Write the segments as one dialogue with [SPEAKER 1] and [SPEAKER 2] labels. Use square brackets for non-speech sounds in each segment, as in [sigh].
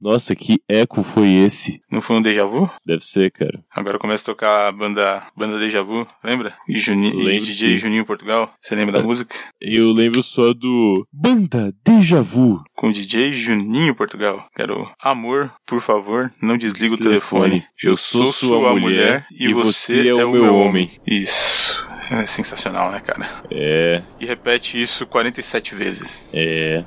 [SPEAKER 1] Nossa, que eco foi esse?
[SPEAKER 2] Não foi um déjà vu?
[SPEAKER 1] Deve ser, cara.
[SPEAKER 2] Agora começa a tocar a banda, banda Deja Vu, lembra? E, Juni, e
[SPEAKER 1] Lembro,
[SPEAKER 2] DJ
[SPEAKER 1] sim.
[SPEAKER 2] Juninho Portugal. Você lembra da
[SPEAKER 1] [laughs]
[SPEAKER 2] música?
[SPEAKER 1] Eu lembro só do Banda Deja Vu.
[SPEAKER 2] Com DJ Juninho Portugal. Quero amor, por favor, não desliga o telefone.
[SPEAKER 1] Eu sou sua mulher e você é o meu homem.
[SPEAKER 2] Isso. É sensacional, né, cara?
[SPEAKER 1] É,
[SPEAKER 2] E repete isso 47 vezes.
[SPEAKER 1] é.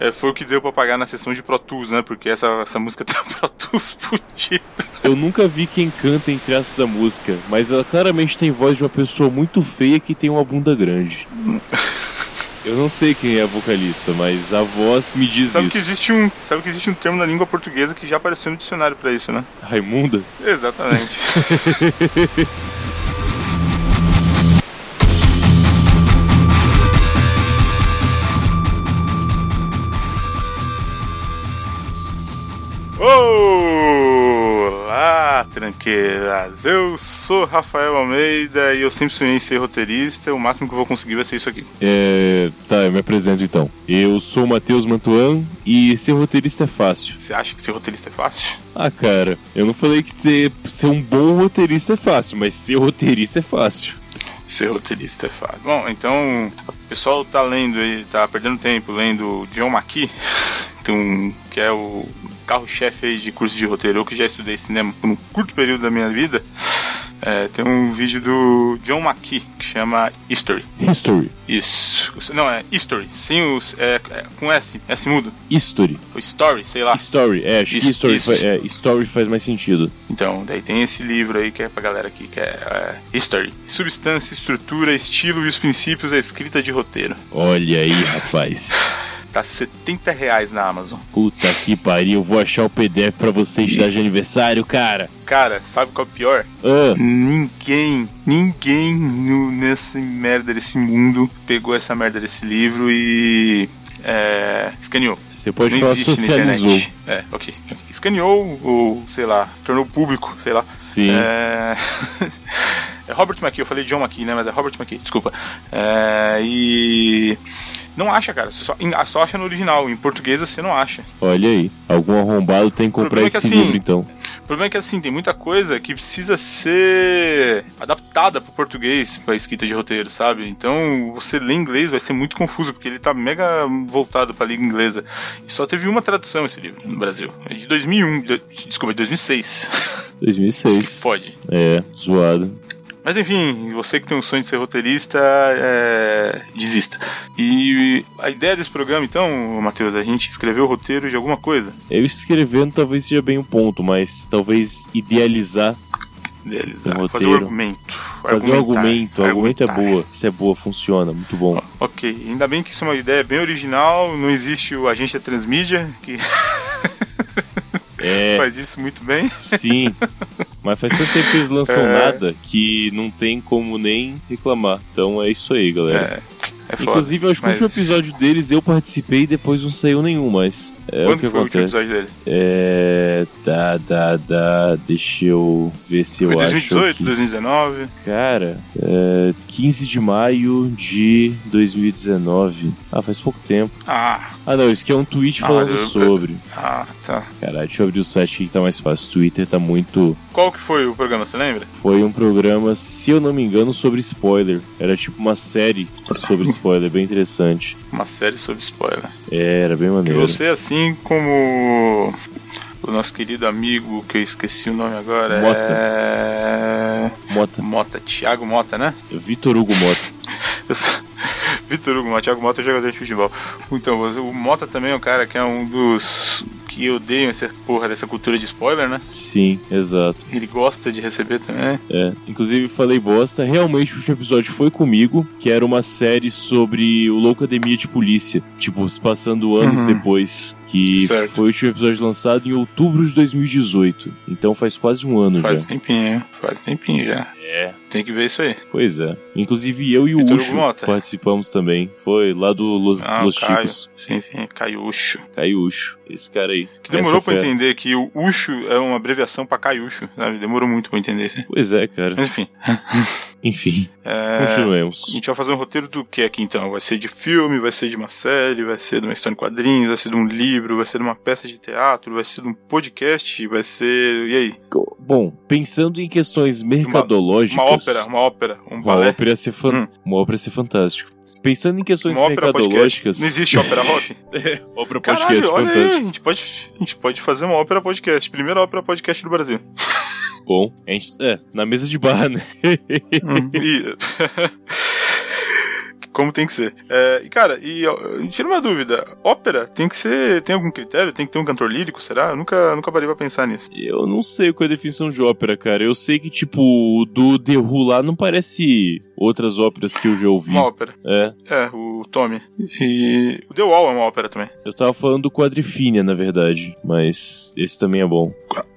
[SPEAKER 2] É, foi o que deu pra pagar na sessão de Pro Tools, né? Porque essa, essa música [laughs] tem um Pro Tools fudido.
[SPEAKER 1] Eu nunca vi quem canta em traços da música, mas ela claramente tem voz de uma pessoa muito feia que tem uma bunda [laughs] grande. Eu não sei quem é a vocalista, mas a voz me diz
[SPEAKER 2] Sabe
[SPEAKER 1] isso.
[SPEAKER 2] que, existe um, sabe que existe um termo na língua portuguesa que já apareceu no dicionário pra isso, né?
[SPEAKER 1] Raimunda?
[SPEAKER 2] Exatamente. [laughs] Olá, tranqueiras! Eu sou Rafael Almeida e eu sempre sonhei em ser roteirista. O máximo que eu vou conseguir vai ser isso aqui.
[SPEAKER 1] É. Tá, eu me apresento então. Eu sou o Matheus Mantuan e ser roteirista é fácil.
[SPEAKER 2] Você acha que ser roteirista é fácil?
[SPEAKER 1] Ah, cara, eu não falei que ter, ser um bom roteirista é fácil, mas ser roteirista é fácil.
[SPEAKER 2] Ser roteirista é fácil. Bom, então o pessoal tá lendo aí, tá perdendo tempo lendo o John McKee, [laughs] então, que é o carro-chefe aí de curso de roteiro. Eu que já estudei cinema por um curto período da minha vida. é, tem um vídeo do John McKee que chama History.
[SPEAKER 1] History.
[SPEAKER 2] Isso. Não, é History. Sem os. É, é, com S. S mudo.
[SPEAKER 1] History.
[SPEAKER 2] O Story, sei lá.
[SPEAKER 1] Story, é, acho
[SPEAKER 2] Ah. Isso,
[SPEAKER 1] que story,
[SPEAKER 2] isso.
[SPEAKER 1] fa- é, story faz mais sentido.
[SPEAKER 2] Então, daí tem esse livro aí que é pra galera aqui, que é, é History. Substância, estrutura, estilo e os princípios da escrita de roteiro.
[SPEAKER 1] Olha aí, rapaz.
[SPEAKER 2] Tá R$ 70 reais na Amazon.
[SPEAKER 1] Puta que pariu, eu vou achar o PDF pra vocês dar de aniversário, cara.
[SPEAKER 2] Cara, sabe qual é o pior?
[SPEAKER 1] Ah,
[SPEAKER 2] Ninguém, ninguém no, nessa merda desse mundo pegou essa merda desse livro e. É, escaneou.
[SPEAKER 1] você pode
[SPEAKER 2] Não
[SPEAKER 1] falar
[SPEAKER 2] existe na
[SPEAKER 1] socializou.
[SPEAKER 2] internet. É, ok. Escaneou ou, sei lá, tornou público, sei lá.
[SPEAKER 1] Sim.
[SPEAKER 2] É... [laughs] é Robert McKee, eu falei John McKee, né? Mas é Robert McKee, desculpa. É, E. Não acha, cara. Só, só acha no original. Em português você não acha.
[SPEAKER 1] Olha aí. Algum arrombado tem que comprar
[SPEAKER 2] problema é que
[SPEAKER 1] esse
[SPEAKER 2] assim-
[SPEAKER 1] livro, então.
[SPEAKER 2] O problema é que assim, tem muita coisa que precisa ser adaptada pro português, pra escrita de roteiro, sabe? Então, você ler em inglês vai ser muito confuso, porque ele tá mega voltado pra língua inglesa. E só teve uma tradução esse livro no Brasil. É de 2001, de, desculpa, é de 2006. Isso que
[SPEAKER 1] 2006.
[SPEAKER 2] pode.
[SPEAKER 1] É, zoado.
[SPEAKER 2] Mas enfim, você que tem um sonho de ser roteirista, é... desista. E a ideia desse programa, então, Matheus, é a gente escrever o roteiro de alguma coisa.
[SPEAKER 1] Eu escrevendo talvez seja bem um ponto, mas talvez idealizar
[SPEAKER 2] Idealizar,
[SPEAKER 1] Um
[SPEAKER 2] fazer o
[SPEAKER 1] roteiro.
[SPEAKER 2] argumento.
[SPEAKER 1] Fazer um argumento, o argumento é
[SPEAKER 2] argumentar.
[SPEAKER 1] boa. Isso é boa, funciona, muito bom.
[SPEAKER 2] Ok, ainda bem que isso é uma ideia bem original, não existe o agente da transmídia, que [laughs]
[SPEAKER 1] É,
[SPEAKER 2] faz isso muito bem.
[SPEAKER 1] sim. Mas faz tanto tempo que eles lançam
[SPEAKER 2] É.
[SPEAKER 1] nada que não tem como nem reclamar. Então é isso aí, galera.
[SPEAKER 2] É, é foda.
[SPEAKER 1] Inclusive, acho que o
[SPEAKER 2] mas-
[SPEAKER 1] último episódio deles eu participei e depois não saiu nenhum, mas é o
[SPEAKER 2] Quando
[SPEAKER 1] que
[SPEAKER 2] foi o último
[SPEAKER 1] acontece.
[SPEAKER 2] episódio dele?
[SPEAKER 1] É. Tá, dá, dá. Deixa eu ver se eu
[SPEAKER 2] foi
[SPEAKER 1] acho.
[SPEAKER 2] 2018,
[SPEAKER 1] aqui.
[SPEAKER 2] 2019?
[SPEAKER 1] Cara, é, 15 de maio de 2019. Ah, faz pouco tempo.
[SPEAKER 2] Ah,
[SPEAKER 1] Ah, não, isso aqui é um tweet
[SPEAKER 2] Ah,
[SPEAKER 1] falando
[SPEAKER 2] eu-
[SPEAKER 1] sobre.
[SPEAKER 2] ah, tá.
[SPEAKER 1] Caralho, deixa eu abrir o site aqui que tá mais fácil. Twitter tá muito.
[SPEAKER 2] Qual que foi o programa, você lembra?
[SPEAKER 1] Foi um programa, se eu não me engano, sobre spoiler. Era tipo uma série sobre spoiler, bem interessante.
[SPEAKER 2] Uma série sobre spoiler.
[SPEAKER 1] É, era bem
[SPEAKER 2] E
[SPEAKER 1] maneiro.
[SPEAKER 2] você, assim como o nosso querido amigo, que eu esqueci o nome agora,
[SPEAKER 1] Mota.
[SPEAKER 2] é.
[SPEAKER 1] Mota,
[SPEAKER 2] Mota, Thiago Mota, né?
[SPEAKER 1] Vitor Hugo Mota.
[SPEAKER 2] Eu sou- [laughs] Vitor Hugo Mota, Thiago Mota é jogador de futebol. Então, o Mota também é um cara que é um dos que odeiam essa porra dessa cultura de spoiler, né?
[SPEAKER 1] Sim, exato.
[SPEAKER 2] Ele gosta de receber também.
[SPEAKER 1] É. Inclusive, falei bosta. Realmente, o último episódio foi comigo, que era uma série sobre o Loucademia de Polícia. Tipo, se passando anos
[SPEAKER 2] Uhum.
[SPEAKER 1] depois. Que
[SPEAKER 2] Certo.
[SPEAKER 1] foi o último episódio lançado em outubro de 2018. Então faz quase um ano
[SPEAKER 2] Faz
[SPEAKER 1] já.
[SPEAKER 2] tempinho, faz um tempinho já.
[SPEAKER 1] É.
[SPEAKER 2] Tem que ver isso aí.
[SPEAKER 1] Pois é. Inclusive eu e o
[SPEAKER 2] Vitor
[SPEAKER 1] Ucho
[SPEAKER 2] Mota.
[SPEAKER 1] participamos também. Foi lá do Lo-
[SPEAKER 2] Ah, o
[SPEAKER 1] Los
[SPEAKER 2] Caio.
[SPEAKER 1] Chicos.
[SPEAKER 2] Sim, sim, Caiucho.
[SPEAKER 1] Caio Ucho. Esse cara aí.
[SPEAKER 2] Que demorou
[SPEAKER 1] Essa
[SPEAKER 2] pra
[SPEAKER 1] foi a-
[SPEAKER 2] entender que o Ucho é uma abreviação pra Caiucho, sabe? Demorou muito pra entender. [laughs]
[SPEAKER 1] Pois é, cara.
[SPEAKER 2] Mas enfim.
[SPEAKER 1] Enfim,
[SPEAKER 2] É, A
[SPEAKER 1] continuemos.
[SPEAKER 2] gente vai fazer um roteiro do que aqui então? Vai ser de filme, vai ser de uma série, vai ser de uma história em quadrinhos, vai ser de um livro, vai ser de uma peça de teatro, vai ser de um podcast, vai ser. E aí?
[SPEAKER 1] Co- Bom, pensando em questões mercadológicas.
[SPEAKER 2] Uma ópera, uma ópera, um
[SPEAKER 1] Uma
[SPEAKER 2] balé.
[SPEAKER 1] ópera ia ser, fan...
[SPEAKER 2] Hum.
[SPEAKER 1] uma ópera ia ser fantástico. Pensando em questões
[SPEAKER 2] Uma ópera podcast.
[SPEAKER 1] mercadológicas.
[SPEAKER 2] Não existe ópera
[SPEAKER 1] [laughs]
[SPEAKER 2] rock?
[SPEAKER 1] Ópera podcast
[SPEAKER 2] Caralho, olha aí,
[SPEAKER 1] fantástico.
[SPEAKER 2] a gente, pode, a gente pode fazer uma ópera podcast. Primeira ópera podcast
[SPEAKER 1] [laughs]
[SPEAKER 2] do Brasil.
[SPEAKER 1] Bom, a gente- é, na mesa de bar, [laughs] né?
[SPEAKER 2] Hum, e- [laughs] Como tem que ser. É, e cara, e ó, tira uma dúvida. Ópera tem que ser. Tem algum critério? Tem que ter um cantor lírico, será? Eu nunca, nunca parei pra pensar nisso.
[SPEAKER 1] Eu não sei qual é a definição de ópera, cara. Eu sei que, tipo, do The Who lá não parece outras óperas que eu já ouvi.
[SPEAKER 2] Uma ópera.
[SPEAKER 1] É.
[SPEAKER 2] É, o Tommy. E. O The Wall é uma ópera também.
[SPEAKER 1] Eu tava falando do Quadrifínia, na verdade. Mas esse também é bom.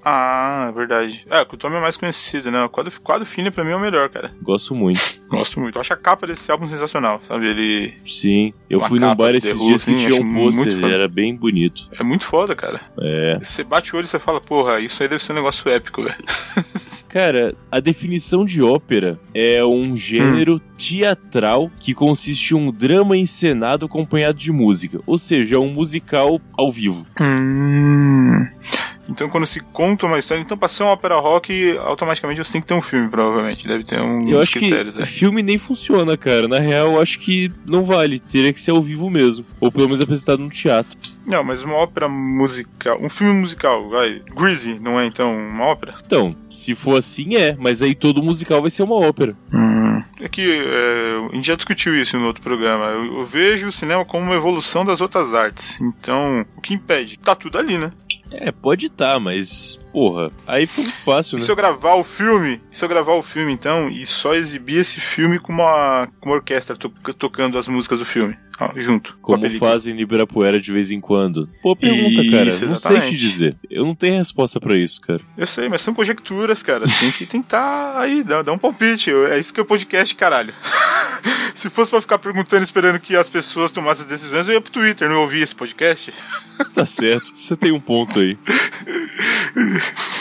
[SPEAKER 2] Ah, é verdade. É, que o Tommy é mais conhecido, né? O quadro, quadro Fini pra mim é o melhor, cara.
[SPEAKER 1] Gosto muito.
[SPEAKER 2] Gosto muito. Eu acho a capa desse álbum sensacional, sabe? Ele
[SPEAKER 1] Sim. Eu
[SPEAKER 2] Uma
[SPEAKER 1] fui num
[SPEAKER 2] capa
[SPEAKER 1] bar
[SPEAKER 2] de
[SPEAKER 1] esses
[SPEAKER 2] The Who,
[SPEAKER 1] dias que
[SPEAKER 2] assim,
[SPEAKER 1] tinha
[SPEAKER 2] acho
[SPEAKER 1] um pôster.
[SPEAKER 2] muito foda.
[SPEAKER 1] Era bem bonito.
[SPEAKER 2] é muito foda, cara.
[SPEAKER 1] É.
[SPEAKER 2] Você bate o olho e você fala, porra, isso aí deve ser um negócio épico, velho.
[SPEAKER 1] Cara, a definição de ópera é um gênero
[SPEAKER 2] Hum.
[SPEAKER 1] teatral que consiste em um drama encenado acompanhado de música. Ou seja, é um musical ao vivo.
[SPEAKER 2] Hum. Então quando se conta uma história, então pra ser uma ópera rock, automaticamente você tem que ter um filme, provavelmente. Deve ter um
[SPEAKER 1] Eu acho que
[SPEAKER 2] critérios, né?
[SPEAKER 1] filme nem funciona, cara. Na real, eu acho que não vale. Teria que ser ao vivo mesmo. Ou pelo menos apresentado no teatro.
[SPEAKER 2] Não, mas uma ópera musical. Um filme musical, vai. Greasy, não é então uma ópera?
[SPEAKER 1] Então, se for assim, é. Mas aí todo musical vai ser uma ópera.
[SPEAKER 2] É que é, a gente já discutiu isso no outro programa. Eu, eu vejo o cinema como uma evolução das outras artes. Então, o que impede? Tá tudo ali, né?
[SPEAKER 1] É, pode estar, mas... Porra, aí fica muito fácil,
[SPEAKER 2] E
[SPEAKER 1] né?
[SPEAKER 2] se eu gravar o filme? E se eu gravar o filme, então, e só exibir esse filme com uma, com uma orquestra to- tocando as músicas do filme? ó, junto. com a
[SPEAKER 1] Como
[SPEAKER 2] película.
[SPEAKER 1] fazem em Ibirapuera de vez em quando? Pô, pergunta,
[SPEAKER 2] Isso,
[SPEAKER 1] cara. Não sei
[SPEAKER 2] exatamente.
[SPEAKER 1] te dizer. Eu não tenho resposta pra isso,
[SPEAKER 2] [laughs]
[SPEAKER 1] cara.
[SPEAKER 2] Eu sei, mas são conjecturas, cara. Tem que tentar aí, dar, dar um palpite. Eu- É isso que é o podcast, caralho. [laughs] se fosse pra ficar perguntando, esperando que as pessoas tomassem as decisões, eu ia pro Twitter, não ouvia esse podcast.
[SPEAKER 1] Tá certo. Você tem um ponto
[SPEAKER 2] [laughs]
[SPEAKER 1] aí.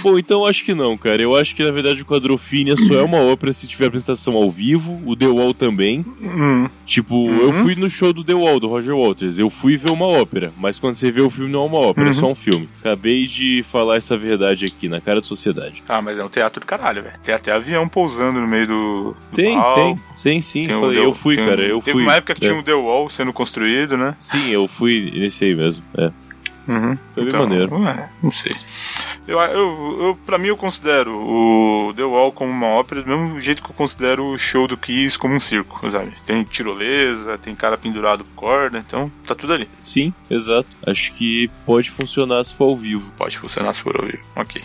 [SPEAKER 1] Bom, então acho que não, cara. Eu acho que na verdade o Quadrofínia só é uma ópera se tiver apresentação ao vivo, o The Wall também.
[SPEAKER 2] Hum.
[SPEAKER 1] Tipo,
[SPEAKER 2] Uhum.
[SPEAKER 1] eu fui no show do The Wall, do Roger Waters. Eu fui ver uma ópera, mas quando você vê o filme não é uma ópera, é
[SPEAKER 2] Uhum.
[SPEAKER 1] só um filme. Acabei de falar essa verdade aqui, na cara da sociedade.
[SPEAKER 2] Ah, mas é um teatro do caralho, velho. Tem até avião pousando no meio do. do
[SPEAKER 1] Tem,
[SPEAKER 2] pau.
[SPEAKER 1] tem. Sim, sim.
[SPEAKER 2] Tem o
[SPEAKER 1] Falei,
[SPEAKER 2] The-
[SPEAKER 1] eu fui,
[SPEAKER 2] tem o-
[SPEAKER 1] cara. Eu
[SPEAKER 2] Teve
[SPEAKER 1] fui.
[SPEAKER 2] uma época que
[SPEAKER 1] É.
[SPEAKER 2] tinha um The Wall sendo construído, né?
[SPEAKER 1] Sim, eu fui nesse aí mesmo. É.
[SPEAKER 2] Uhum.
[SPEAKER 1] Foi bem maneiro.
[SPEAKER 2] é, não sei. Eu, eu, eu, pra mim, eu considero o The Wall como uma ópera do mesmo jeito que eu considero o show do Kiss como um circo, sabe? Tem tirolesa, tem cara pendurado por corda, então tá tudo ali.
[SPEAKER 1] Sim, exato. Acho que pode funcionar se for ao vivo.
[SPEAKER 2] Pode funcionar se for ao vivo. Ok.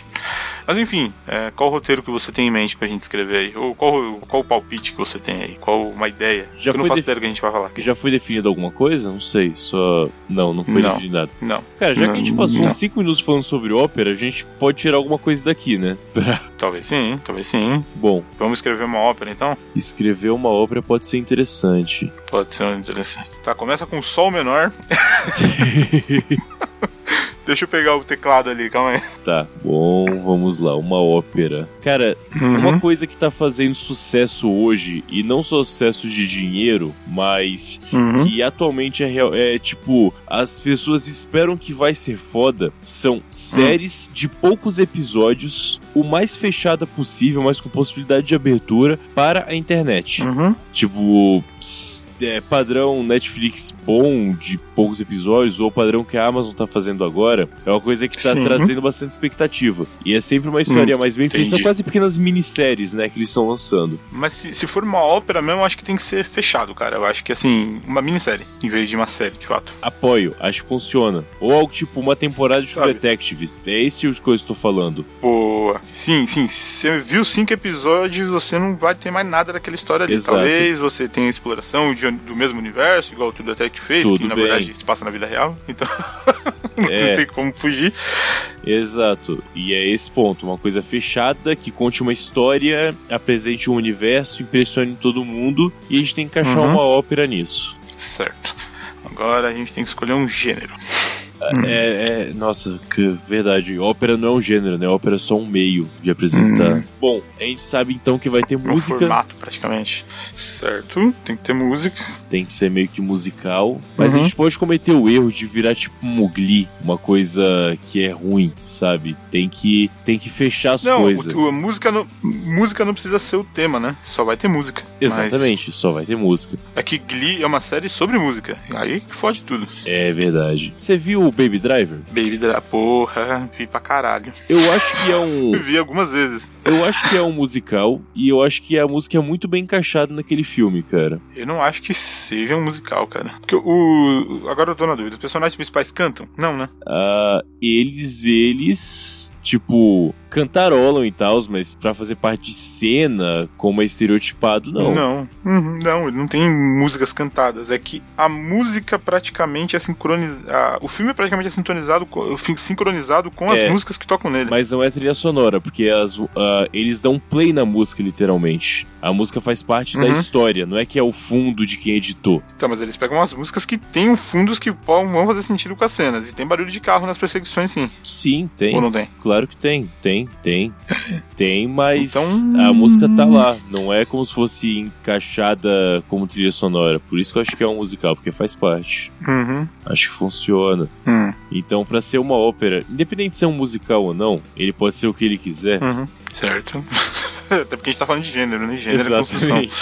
[SPEAKER 2] Mas enfim, é, qual o roteiro que você tem em mente pra gente escrever aí? Ou qual, qual o palpite que você tem aí? Qual uma ideia?
[SPEAKER 1] Já
[SPEAKER 2] eu não
[SPEAKER 1] foi
[SPEAKER 2] faço
[SPEAKER 1] defi-
[SPEAKER 2] ideia do que é. a gente vai falar.
[SPEAKER 1] Já foi definido alguma coisa? Não sei, só. Não, não foi
[SPEAKER 2] Não.
[SPEAKER 1] definido nada.
[SPEAKER 2] Não,
[SPEAKER 1] Cara, já
[SPEAKER 2] Não,
[SPEAKER 1] que a gente passou
[SPEAKER 2] não.
[SPEAKER 1] uns 5 minutos falando sobre ópera, a gente pode tirar alguma coisa daqui, né? [laughs] Pra-
[SPEAKER 2] talvez sim, talvez sim.
[SPEAKER 1] Bom,
[SPEAKER 2] Vamos escrever uma ópera então?
[SPEAKER 1] escrever uma ópera pode ser interessante.
[SPEAKER 2] Pode ser um interessante. Tá, começa com
[SPEAKER 1] [laughs]
[SPEAKER 2] sol menor. Deixa eu pegar o teclado ali, calma aí.
[SPEAKER 1] Tá, bom, vamos lá, uma ópera. Cara,
[SPEAKER 2] Uhum.
[SPEAKER 1] uma coisa que tá fazendo sucesso hoje, e não só sucesso de dinheiro, mas
[SPEAKER 2] Uhum.
[SPEAKER 1] que atualmente é, real- é, tipo, as pessoas esperam que vai ser foda, são séries de poucos episódios, o mais fechada possível, mas com possibilidade de abertura para a internet.
[SPEAKER 2] Uhum.
[SPEAKER 1] Tipo, ps- é, padrão Netflix bom de poucos episódios, ou padrão que a Amazon tá fazendo agora, é uma coisa que tá
[SPEAKER 2] Sim. Hum,
[SPEAKER 1] trazendo bastante expectativa. E é sempre uma história mais bem feita, são
[SPEAKER 2] entendi.
[SPEAKER 1] quase pequenas minisséries, né, que eles estão lançando.
[SPEAKER 2] Mas se, se for uma ópera mesmo, eu acho que tem que ser fechado, cara. Eu acho que assim, uma minissérie, em vez de uma série, de fato.
[SPEAKER 1] Apoio, acho que funciona. Ou algo tipo uma temporada de True
[SPEAKER 2] Sabe.
[SPEAKER 1] Detectives. É esse tipo de coisa que eu tô falando.
[SPEAKER 2] Boa. Sim, sim. Se você viu cinco episódios, você não vai ter mais nada daquela história ali.
[SPEAKER 1] Exato.
[SPEAKER 2] Talvez você tenha exploração de- do mesmo universo, igual o True Detective fez,
[SPEAKER 1] Tudo
[SPEAKER 2] que na
[SPEAKER 1] bem.
[SPEAKER 2] verdade se passa na vida real. Então, [laughs]
[SPEAKER 1] É.
[SPEAKER 2] não tem como fugir.
[SPEAKER 1] Exato. E é esse ponto, uma coisa fechada que conte uma história, apresente um universo, impressione todo mundo, e a gente tem que encaixar
[SPEAKER 2] Uhum.
[SPEAKER 1] uma ópera nisso.
[SPEAKER 2] Certo. Agora a gente tem que escolher um gênero.
[SPEAKER 1] É, é- nossa, que verdade. Ópera não é um gênero, né? Ópera é só um meio de apresentar.
[SPEAKER 2] Uhum.
[SPEAKER 1] Bom, a gente sabe então que vai ter
[SPEAKER 2] É um
[SPEAKER 1] música,
[SPEAKER 2] formato, praticamente. Certo, tem que ter música.
[SPEAKER 1] tem que ser meio que musical, mas a
[SPEAKER 2] Uhum.
[SPEAKER 1] gente pode cometer o erro de virar tipo um Mugli, uma coisa que é ruim, sabe? Tem que tem que fechar as
[SPEAKER 2] não,
[SPEAKER 1] coisas.
[SPEAKER 2] o- a música não, música não precisa ser o tema, né? Só vai ter música.
[SPEAKER 1] Exatamente, só vai ter música.
[SPEAKER 2] Mas é que Glee é uma série sobre música. Aí que fode tudo.
[SPEAKER 1] É verdade. Você viu o Baby Driver?
[SPEAKER 2] Baby da porra, vi pra caralho.
[SPEAKER 1] Eu acho que é um
[SPEAKER 2] Eu vi algumas vezes.
[SPEAKER 1] Eu acho que é um musical e eu acho que a música é muito bem encaixada naquele filme, cara.
[SPEAKER 2] Eu não acho que seja um musical, cara. Porque o. Agora eu tô na dúvida. Os personagens principais cantam? Não, né?
[SPEAKER 1] Ah, eles, eles, tipo, cantarolam e tal, mas pra fazer parte de cena, como é estereotipado, não.
[SPEAKER 2] Não, Uhum, não, ele não tem músicas cantadas. É que a música praticamente é sincronizada. O filme é praticamente é sintonizado, com- o fi- sincronizado com
[SPEAKER 1] É.
[SPEAKER 2] as músicas que tocam nele.
[SPEAKER 1] Mas não é trilha sonora, porque as- ah, eles dão play na música, literalmente. A música faz parte da
[SPEAKER 2] Uhum.
[SPEAKER 1] história, não é que é o fundo de quem editou.
[SPEAKER 2] Tá, mas eles pegam umas músicas que tem fundos que vão vão fazer sentido com as cenas. E tem barulho de carro nas perseguições, sim.
[SPEAKER 1] Sim, tem.
[SPEAKER 2] Ou não tem?
[SPEAKER 1] Claro que tem, tem, tem. Tem, mas
[SPEAKER 2] Então-
[SPEAKER 1] a música tá lá. Não é como se fosse encaixada como trilha sonora. Por isso que eu acho que é um musical, porque faz parte.
[SPEAKER 2] Uhum.
[SPEAKER 1] Acho que funciona.
[SPEAKER 2] Hum,
[SPEAKER 1] Então, pra ser uma ópera, independente de ser um musical ou não, ele pode ser o que ele quiser.
[SPEAKER 2] uhum. Certo. [laughs] Até porque a gente tá falando de gênero, né? Gênero é construção.
[SPEAKER 1] Exatamente.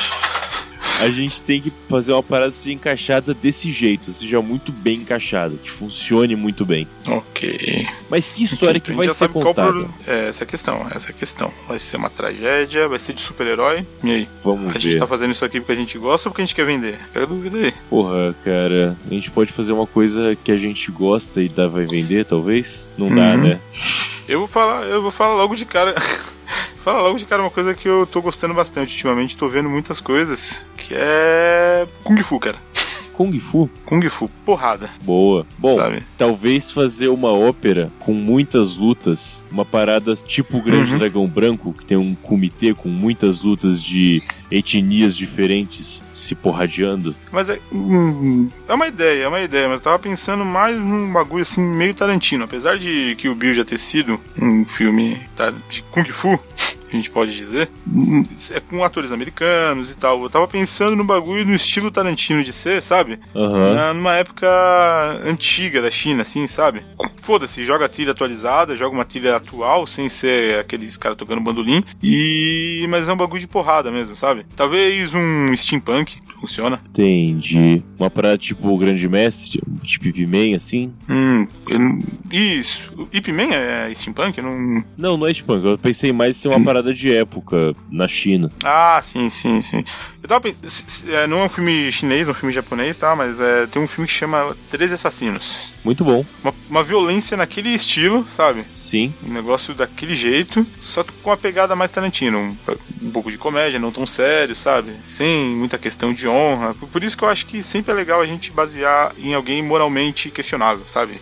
[SPEAKER 1] A gente tem que fazer uma parada ser encaixada desse jeito, seja muito bem encaixada, que funcione muito bem.
[SPEAKER 2] Ok.
[SPEAKER 1] Mas que história que
[SPEAKER 2] [laughs] A gente
[SPEAKER 1] vai
[SPEAKER 2] já
[SPEAKER 1] ser
[SPEAKER 2] sabe qual o
[SPEAKER 1] contada?
[SPEAKER 2] problema. É, essa é a questão, essa é a questão. Vai ser uma tragédia, vai ser de super-herói. E aí?
[SPEAKER 1] Vamos
[SPEAKER 2] A gente
[SPEAKER 1] ver.
[SPEAKER 2] tá fazendo isso aqui porque a gente gosta ou porque a gente quer vender? Pega a dúvida aí.
[SPEAKER 1] Porra, cara, a gente pode fazer uma coisa que a gente gosta e dá, vai vender, talvez? Não dá,
[SPEAKER 2] Uhum.
[SPEAKER 1] né?
[SPEAKER 2] Eu vou falar, eu vou falar logo de cara. [laughs] falar logo de cara uma coisa que eu tô gostando bastante ultimamente, tô vendo muitas coisas, que é Kung Fu, cara.
[SPEAKER 1] Kung Fu?
[SPEAKER 2] Kung Fu, porrada,
[SPEAKER 1] Boa. Bom,
[SPEAKER 2] sabe?
[SPEAKER 1] talvez fazer uma ópera com muitas lutas, uma parada tipo o Grande
[SPEAKER 2] Uhum.
[SPEAKER 1] Dragão Branco, que tem um comitê com muitas lutas de etnias diferentes se porradeando.
[SPEAKER 2] Mas é, hum, é uma ideia, é uma ideia, mas eu tava pensando mais num bagulho assim meio Tarantino, apesar de que o Bill já ter sido um filme tá, de Kung Fu, a gente pode dizer, hum, é com atores americanos e tal. Eu tava pensando no bagulho no estilo Tarantino de ser, sabe?
[SPEAKER 1] Aham.
[SPEAKER 2] Na- numa época antiga da China, assim, sabe? Foda-se, joga a trilha atualizada, joga uma trilha atual, sem ser aqueles caras tocando bandolim. E. Mas é um bagulho de porrada mesmo, sabe? Talvez um steampunk funciona.
[SPEAKER 1] Entendi. Uma parada tipo o Grande Mestre, tipo Ip Man, assim?
[SPEAKER 2] Hum, eu não- Isso. O Ip Man é steampunk? Eu não.
[SPEAKER 1] Não, não é steampunk. Eu pensei mais em ser uma parada de época na China.
[SPEAKER 2] Ah, sim, sim, sim. Eu tava pensando. se- se- é, Não é um filme chinês, é um filme japonês, tá? Mas é, tem um filme que chama Três Assassinos.
[SPEAKER 1] Muito bom.
[SPEAKER 2] Uma- uma violência naquele estilo, sabe?
[SPEAKER 1] Sim.
[SPEAKER 2] um negócio daquele jeito, só que com uma pegada mais Tarantino, um, um pouco de comédia, não tão sério, sabe? Sem muita questão de honra. Por, por isso que eu acho que sempre é legal a gente basear em alguém moralmente questionável, sabe?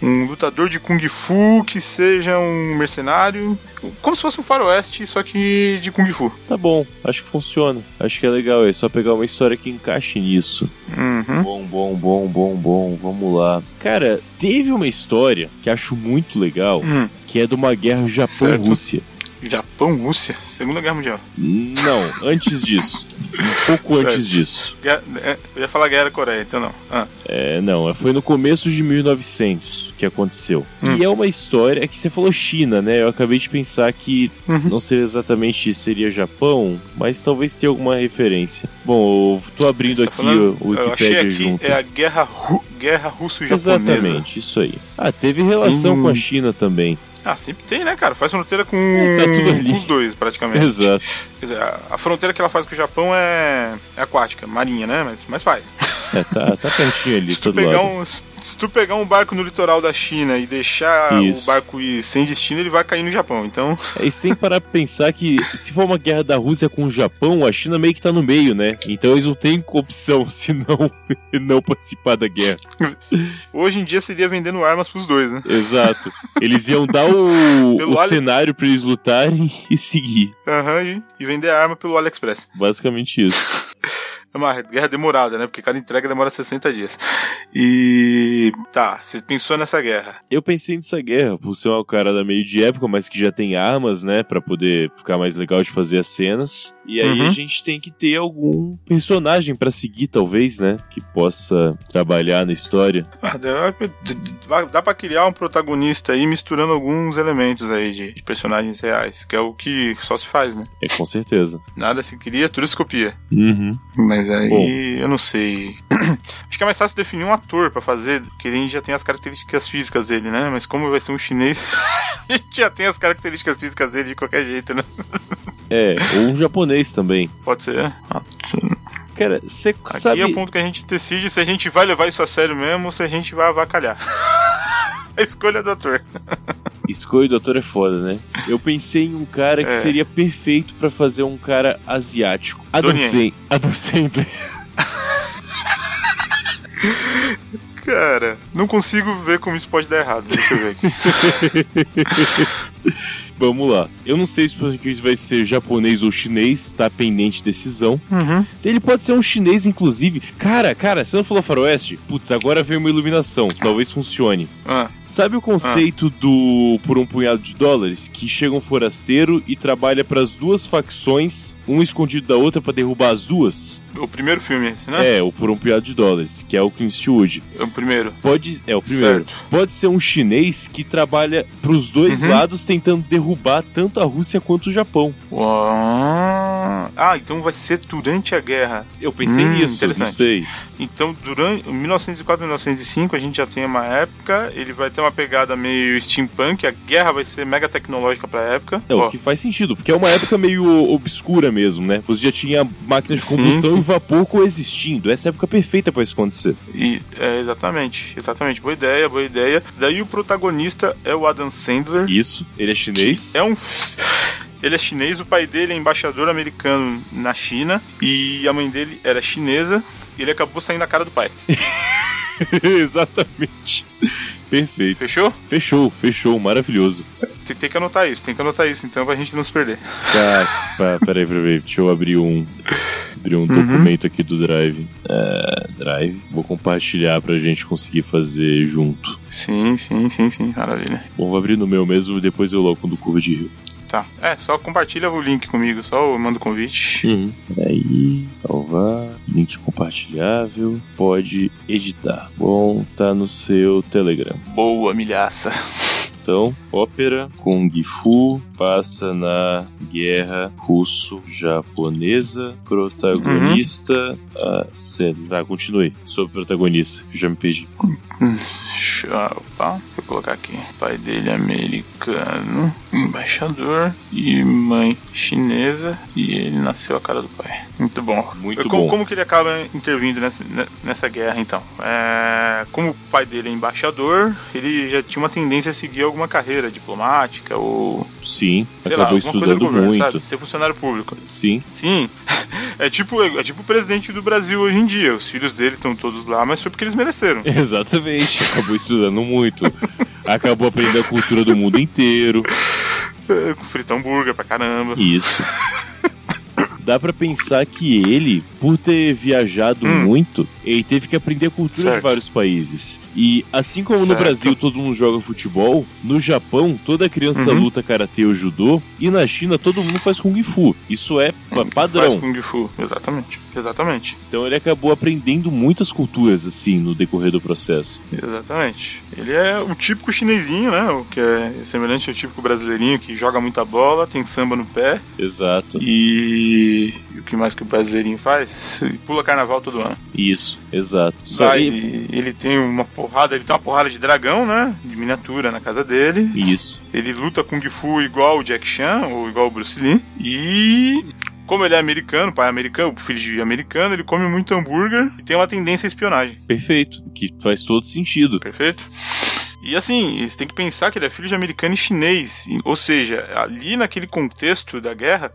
[SPEAKER 2] Um lutador de Kung Fu que seja um mercenário, como se fosse um faroeste, só que de Kung Fu.
[SPEAKER 1] Tá bom, acho que funciona. Acho que é legal, é só pegar uma história que encaixe nisso.
[SPEAKER 2] Uhum.
[SPEAKER 1] Bom, bom, bom, bom, bom, vamos lá. Cara, teve uma história que acho muito legal,
[SPEAKER 2] Hum.
[SPEAKER 1] que é de uma guerra Japão-Rússia.
[SPEAKER 2] Japão, Rússia, Segunda Guerra Mundial.
[SPEAKER 1] Não, antes disso. Um pouco
[SPEAKER 2] Certo.
[SPEAKER 1] antes disso.
[SPEAKER 2] Guerra- é, eu ia falar Guerra da Coreia, então não. Ah,
[SPEAKER 1] É, não, foi no começo de 1900 que aconteceu.
[SPEAKER 2] Hum.
[SPEAKER 1] E é uma história é que você falou China, né? Eu acabei de pensar que
[SPEAKER 2] Uhum.
[SPEAKER 1] não sei exatamente se seria Japão, mas talvez tenha alguma referência. Bom, eu tô abrindo
[SPEAKER 2] Você tá
[SPEAKER 1] aqui
[SPEAKER 2] falando-
[SPEAKER 1] o o
[SPEAKER 2] eu achei
[SPEAKER 1] Wikipedia
[SPEAKER 2] aqui
[SPEAKER 1] junto.
[SPEAKER 2] é a Guerra, Ru- Guerra Russo-Japonesa.
[SPEAKER 1] Exatamente, isso aí. Ah, teve relação
[SPEAKER 2] Hum.
[SPEAKER 1] com a China também.
[SPEAKER 2] Ah, sempre tem, né, cara? Faz fronteira com,
[SPEAKER 1] Tá tudo ali.
[SPEAKER 2] com os dois, praticamente.
[SPEAKER 1] Exato.
[SPEAKER 2] Quer dizer, a, a fronteira que ela faz com o Japão é, é aquática, marinha, né? Mas, mas faz.
[SPEAKER 1] É, tá, tá pertinho
[SPEAKER 2] [laughs]
[SPEAKER 1] ali,
[SPEAKER 2] Se tu,
[SPEAKER 1] todo
[SPEAKER 2] pegar
[SPEAKER 1] lado.
[SPEAKER 2] um, se se tu pegar um barco no litoral da China e deixar
[SPEAKER 1] Isso.
[SPEAKER 2] o barco ir sem destino, ele vai cair no Japão. Então,
[SPEAKER 1] Aí você É, tem que parar pra pensar que se for uma guerra da Rússia com o Japão, a China meio que tá no meio, né? Então eles não têm opção [laughs] se não, não participar da guerra.
[SPEAKER 2] hoje em dia seria vendendo armas pros dois, né?
[SPEAKER 1] Exato. Eles iam dar o,
[SPEAKER 2] [laughs] Pelo
[SPEAKER 1] o
[SPEAKER 2] Ali-
[SPEAKER 1] cenário pra eles lutarem [laughs] e seguir.
[SPEAKER 2] Aham, e, e vender arma pelo AliExpress.
[SPEAKER 1] Basicamente isso.
[SPEAKER 2] é uma guerra demorada, né? Porque cada entrega demora 60 dias. E tá, você pensou nessa guerra?
[SPEAKER 1] Eu pensei nessa guerra, por ser um cara da meio de época, mas que já tem armas, né? Pra poder ficar mais legal de fazer as cenas. E aí
[SPEAKER 2] Uhum.
[SPEAKER 1] a gente tem que ter algum personagem pra seguir, talvez, né? Que possa trabalhar na história.
[SPEAKER 2] Ah, Dá dá- dá pra criar um protagonista aí misturando alguns elementos aí de, de personagens reais, que é o que só se faz, né?
[SPEAKER 1] É com certeza.
[SPEAKER 2] Nada se cria, tudo se copia.
[SPEAKER 1] Uhum.
[SPEAKER 2] Mas aí
[SPEAKER 1] Bom.
[SPEAKER 2] eu não sei. [clears throat] Acho que é mais fácil definir um ator pra fazer, porque ele já tem as características físicas dele, né? Mas como vai ser um chinês, [laughs] a gente já tem as características físicas dele de qualquer jeito, né?
[SPEAKER 1] É, ou um japonês também.
[SPEAKER 2] Pode ser. né?
[SPEAKER 1] Cara, você
[SPEAKER 2] Aqui
[SPEAKER 1] sabe.
[SPEAKER 2] é o ponto que a gente decide se a gente vai levar isso a sério mesmo ou se a gente vai avacalhar. [laughs] a escolha do ator.
[SPEAKER 1] Escolha do ator é foda, né? Eu pensei em um cara que
[SPEAKER 2] É.
[SPEAKER 1] seria perfeito pra fazer um cara asiático. Adam
[SPEAKER 2] Donnie Yen.
[SPEAKER 1] Sen- Adam Sandler.
[SPEAKER 2] Cara, não consigo ver como isso pode dar errado. Deixa eu ver aqui.
[SPEAKER 1] [laughs] Vamos lá. Eu não sei se o Perkins vai ser japonês ou chinês, tá pendente de decisão.
[SPEAKER 2] Uhum.
[SPEAKER 1] Ele pode ser um chinês, inclusive. Cara, cara, você não falou faroeste? Putz, agora veio uma iluminação. Talvez funcione.
[SPEAKER 2] Ah,
[SPEAKER 1] Sabe o conceito do por um punhado de dólares que chega um forasteiro e trabalha pras duas facções, um escondido da outra pra derrubar as duas?
[SPEAKER 2] o primeiro filme, é esse, né?
[SPEAKER 1] É, o por um punhado de dólares, que é o Clint Eastwood.
[SPEAKER 2] É o primeiro.
[SPEAKER 1] Pode, é o primeiro.
[SPEAKER 2] Certo.
[SPEAKER 1] Pode ser um chinês que trabalha pros dois
[SPEAKER 2] Uhum.
[SPEAKER 1] lados tentando derrubar tanto a Rússia quanto o Japão.
[SPEAKER 2] Uau. Ah, então vai ser durante a guerra.
[SPEAKER 1] Eu pensei
[SPEAKER 2] Hum,
[SPEAKER 1] nisso, não
[SPEAKER 2] interessante.
[SPEAKER 1] sei.
[SPEAKER 2] Então, durante 1904 1905, a gente já tem uma época, ele vai ter uma pegada meio steampunk, a guerra vai ser mega tecnológica pra época.
[SPEAKER 1] É, o
[SPEAKER 2] Ó,
[SPEAKER 1] que faz sentido, porque é uma época meio obscura mesmo, né? Você já tinha máquinas de
[SPEAKER 2] Sim,
[SPEAKER 1] combustão e vapor coexistindo. Essa é a época perfeita pra isso acontecer.
[SPEAKER 2] e- é, exatamente, exatamente. Boa ideia, boa ideia. Daí o protagonista é o Adam Sandler.
[SPEAKER 1] Isso, ele é chinês.
[SPEAKER 2] É um. Ele é chinês, o pai dele é embaixador americano na China e a mãe dele era chinesa e ele acabou saindo a cara do pai.
[SPEAKER 1] é [laughs] Exatamente. Perfeito.
[SPEAKER 2] Fechou?
[SPEAKER 1] Fechou, fechou, maravilhoso.
[SPEAKER 2] Tem, tem que anotar isso, tem que anotar isso então pra gente não se perder.
[SPEAKER 1] Tá, pá, peraí, peraí, deixa eu abrir um. Abrir um documento aqui do Drive. É, drive. Vou compartilhar pra gente conseguir fazer junto.
[SPEAKER 2] Sim, sim, sim, sim, maravilha.
[SPEAKER 1] Bom, vou abrir no meu mesmo e depois eu logo do curva de rio.
[SPEAKER 2] Tá. É, só compartilha o link comigo, só eu mando o convite.
[SPEAKER 1] Uhum. Peraí, salvar, link compartilhável, pode editar. Bom, tá no seu Telegram.
[SPEAKER 2] Boa, milhaça.
[SPEAKER 1] Então, ópera Kung Fu passa na guerra russo-japonesa. Protagonista.
[SPEAKER 2] Uhum.
[SPEAKER 1] Ah, sério. Tá, continue. Sobre protagonista, que eu já me perdi.
[SPEAKER 2] Deixa eu- Opa, deixa eu colocar aqui. Pai dele é americano, embaixador e mãe chinesa e ele nasceu a cara do pai. Muito bom.
[SPEAKER 1] Muito
[SPEAKER 2] como,
[SPEAKER 1] bom.
[SPEAKER 2] Como que ele acaba intervindo nessa, ne- nessa guerra então? É, como o pai dele é embaixador, ele já tinha uma tendência a seguir alguma carreira diplomática ou
[SPEAKER 1] Sim,
[SPEAKER 2] sei lá,
[SPEAKER 1] acabou
[SPEAKER 2] alguma coisa do
[SPEAKER 1] estudando
[SPEAKER 2] governo,
[SPEAKER 1] muito.
[SPEAKER 2] sabe? Ser funcionário público. [laughs]
[SPEAKER 1] Sim.
[SPEAKER 2] Sim. É tipo, é tipo o presidente do Brasil hoje em dia. Os filhos dele estão todos lá, mas foi porque eles mereceram.
[SPEAKER 1] Exatamente, acabou estudando muito. Acabou aprendendo a cultura do mundo inteiro.
[SPEAKER 2] É, Frita hambúrguer pra caramba.
[SPEAKER 1] Isso. [laughs] Dá pra pensar que ele, por ter viajado
[SPEAKER 2] Hum.
[SPEAKER 1] muito, ele teve que aprender a cultura de
[SPEAKER 2] Certo.
[SPEAKER 1] vários países. E assim como no
[SPEAKER 2] Certo.
[SPEAKER 1] Brasil todo mundo joga futebol, no Japão toda criança
[SPEAKER 2] Uhum.
[SPEAKER 1] luta karatê ou judô, e na China todo mundo faz kung fu. Isso é pa-
[SPEAKER 2] Faz
[SPEAKER 1] padrão.
[SPEAKER 2] Kung Fu. Exatamente. Exatamente.
[SPEAKER 1] Então ele acabou aprendendo muitas culturas assim no decorrer do processo.
[SPEAKER 2] Exatamente. Ele é o típico chinesinho, né? O que é semelhante ao típico brasileirinho que joga muita bola, tem samba no pé.
[SPEAKER 1] Exato.
[SPEAKER 2] E, e o que mais que o brasileirinho faz? Pula carnaval todo ano.
[SPEAKER 1] Isso, exato. Só
[SPEAKER 2] Vai,
[SPEAKER 1] que...
[SPEAKER 2] e ele tem uma porrada, ele tem uma porrada de dragão, né? De miniatura na casa dele.
[SPEAKER 1] Isso.
[SPEAKER 2] Ele luta Kung Fu igual o Jack Chan ou igual o Bruce Lee. E como ele é americano, pai é americano, filho de americano, ele come muito hambúrguer e tem uma tendência à espionagem,
[SPEAKER 1] Perfeito. Que faz todo sentido.
[SPEAKER 2] perfeito? E assim, você tem que pensar que ele é filho de americano e chinês. e- Ou seja, ali naquele contexto da guerra,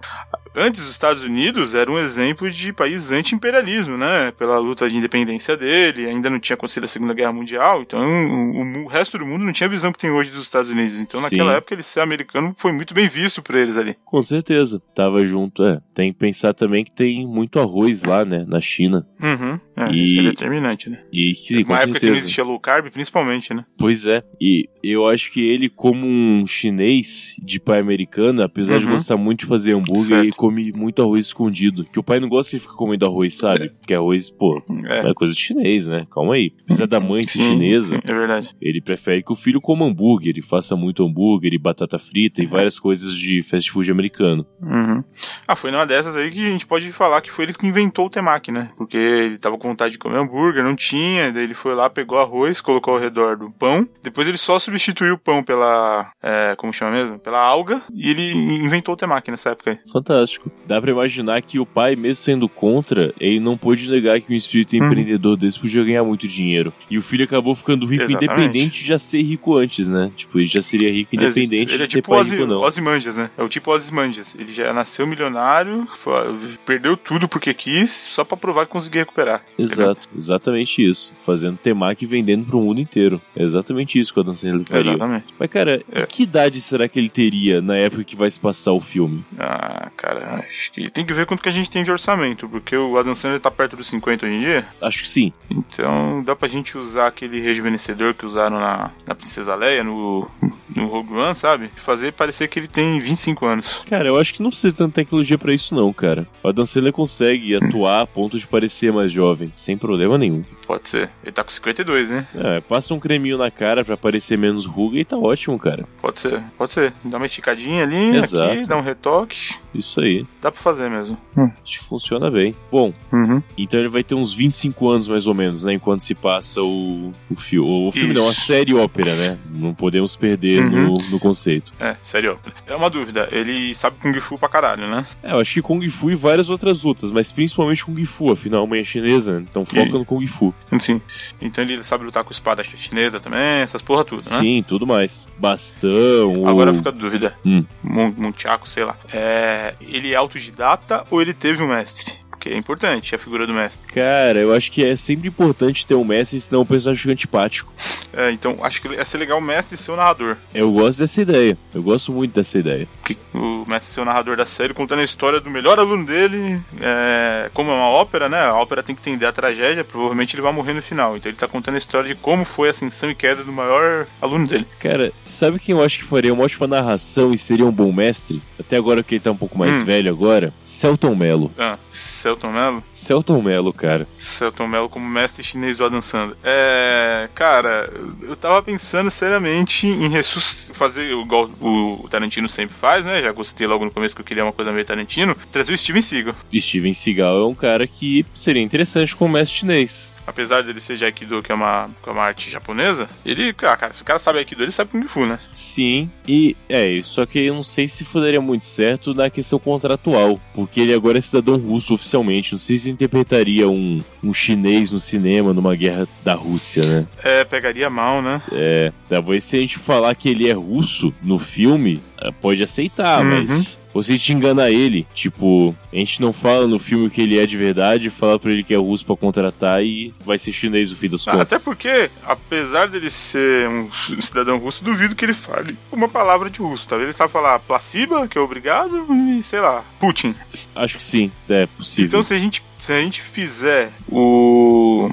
[SPEAKER 2] antes dos Estados Unidos era um exemplo de país anti-imperialismo, né? Pela luta de independência dele, ainda não tinha acontecido a Segunda Guerra Mundial, então o, o resto do mundo não tinha a visão que tem hoje dos Estados Unidos. Então Sim. naquela época ele ser americano foi muito bem visto por eles ali.
[SPEAKER 1] Com certeza, tava junto, é. Tem que pensar também que tem muito arroz lá, né, na China.
[SPEAKER 2] Uhum. É, e... Isso é determinante, né?
[SPEAKER 1] E que,
[SPEAKER 2] Uma época
[SPEAKER 1] certeza.
[SPEAKER 2] que não existia low carb, principalmente, né?
[SPEAKER 1] Pois é. E eu acho que ele, como um chinês de pai americano, apesar uhum. de gostar muito de fazer hambúrguer, certo. ele come muito arroz escondido. Que o pai não gosta que ele fica comendo arroz, sabe? É. Porque arroz, pô, é. é. coisa de chinês, né? Calma aí. Apesar da mãe ser sim, chinesa,
[SPEAKER 2] sim, é verdade.
[SPEAKER 1] ele prefere que o filho coma hambúrguer, ele faça muito hambúrguer e batata frita e várias coisas de fast food americano.
[SPEAKER 2] Uhum. Ah, foi numa dessas aí que a gente pode falar que foi ele que inventou o temaki, né? Porque ele tava com vontade de comer hambúrguer, não tinha, daí ele foi lá, pegou arroz, colocou ao redor do pão, depois ele só substituiu o pão pela, é, como chama mesmo? Pela alga, e ele inventou o temaki nessa época aí.
[SPEAKER 1] Fantástico. Dá pra imaginar que o pai, mesmo sendo contra, ele não pôde negar que um espírito uhum. empreendedor desse podia ganhar muito dinheiro. E o filho acabou ficando rico Exatamente. independente de já ser rico antes, né? Tipo, ele já seria rico independente
[SPEAKER 2] ele é
[SPEAKER 1] de ter
[SPEAKER 2] tipo
[SPEAKER 1] Ozy, rico, não.
[SPEAKER 2] Ozymandias, né? É o tipo Ozymandias. Ele já nasceu milionário, foi, perdeu tudo porque quis, só pra provar que conseguia recuperar.
[SPEAKER 1] Exato, entendeu? exatamente isso. Fazendo temaki e vendendo pro mundo inteiro. É exatamente isso que o Adam Sandler faria.
[SPEAKER 2] Exatamente.
[SPEAKER 1] Mas, cara, é. que idade será que ele teria na época que vai se passar o filme?
[SPEAKER 2] Ah, cara, acho que tem que ver quanto que a gente tem de orçamento, porque o Adam Sandler tá perto dos 50 hoje em dia.
[SPEAKER 1] Acho que sim.
[SPEAKER 2] Então, dá pra gente usar aquele rejuvenescedor que usaram na, na Princesa Leia, no, no Rogue One, sabe? Fazer parecer que ele tem 25 anos.
[SPEAKER 1] Cara, eu acho que não precisa de tanta tecnologia para isso não, cara. O Adam Sandler consegue atuar a ponto de parecer mais jovem, sem problema nenhum.
[SPEAKER 2] Pode ser. Ele tá com 52, né?
[SPEAKER 1] É, passa um creminho na cara para parecer menos ruga e tá ótimo, cara.
[SPEAKER 2] Pode ser, pode ser. Dá uma esticadinha ali, Exato. aqui, dá um retoque.
[SPEAKER 1] Isso aí.
[SPEAKER 2] Dá pra fazer mesmo.
[SPEAKER 1] Hum. Acho que funciona bem. Bom,
[SPEAKER 2] uhum.
[SPEAKER 1] então ele vai ter uns 25 anos mais ou menos, né? Enquanto se passa o, o, fi o filme, isso. não, a série ópera, né? Não podemos perder uhum. no, no conceito.
[SPEAKER 2] É, série ópera. É uma dúvida, ele sabe Kung Fu pra caralho, né?
[SPEAKER 1] É, eu acho que Kung Fu e várias outras lutas, mas principalmente Kung Fu, afinal, mãe é chinesa, né? então foca e... no Kung Fu.
[SPEAKER 2] Sim. Então ele sabe lutar com espada chinesa também, essas porra tudo, né?
[SPEAKER 1] Sim, tudo mais. Bastão.
[SPEAKER 2] Agora
[SPEAKER 1] ou...
[SPEAKER 2] fica a dúvida.
[SPEAKER 1] Hum.
[SPEAKER 2] Munchaku, sei lá. É... Ele é autodidata ou ele teve um mestre? Porque é importante a figura do mestre.
[SPEAKER 1] Cara, eu acho que é sempre importante ter um mestre, senão o personagem fica antipático.
[SPEAKER 2] É, então acho que ia ser legal o mestre ser o narrador.
[SPEAKER 1] Eu gosto dessa ideia. Eu gosto muito dessa ideia.
[SPEAKER 2] Que o mestre ser o narrador da série, contando a história do melhor aluno dele. É, como é uma ópera, né? A ópera tem que entender a tragédia, provavelmente ele vai morrer no final. Então ele tá contando a história de como foi a ascensão e queda do maior aluno dele.
[SPEAKER 1] Cara, sabe quem eu acho que faria uma ótima narração e seria um bom mestre? Até agora que ele tá um pouco mais hum. velho agora. Celton Mello.
[SPEAKER 2] Ah, Celton Mello?
[SPEAKER 1] Celton Mello, cara.
[SPEAKER 2] Celton Mello como mestre chinês do Adam Sandler. É, cara, eu tava pensando seriamente em ressuscitar, fazer igual o Tarantino sempre faz, né? Já gostei logo no começo que eu queria uma coisa meio Tarantino, trazer o Steven Seagal.
[SPEAKER 1] Steven Seagal é um cara que seria interessante como mestre chinês
[SPEAKER 2] apesar dele ser de Aikido, que é uma, que é uma arte japonesa, ele, ah, cara, se o cara sabe Aikido, ele sabe Kung Fu, né?
[SPEAKER 1] Sim, e é, só que eu não sei se daria muito certo na questão contratual, porque ele agora é cidadão russo oficialmente, não sei se interpretaria um, um chinês no cinema numa guerra da Rússia, né?
[SPEAKER 2] É, pegaria mal, né?
[SPEAKER 1] É, talvez se a gente falar que ele é russo no filme, eh, pode aceitar, uhum. mas você te engana ele. Tipo, a gente não fala no filme que ele é de verdade, fala pra ele que é russo pra contratar e vai ser chinês no fim das contas.
[SPEAKER 2] Ah, Até porque, apesar dele ser um cidadão russo, duvido que ele fale uma palavra de russo, tá? Ele sabe falar placiba, que é obrigado, e sei lá, Putin.
[SPEAKER 1] Acho que sim, é possível.
[SPEAKER 2] Então se a gente, se a gente fizer o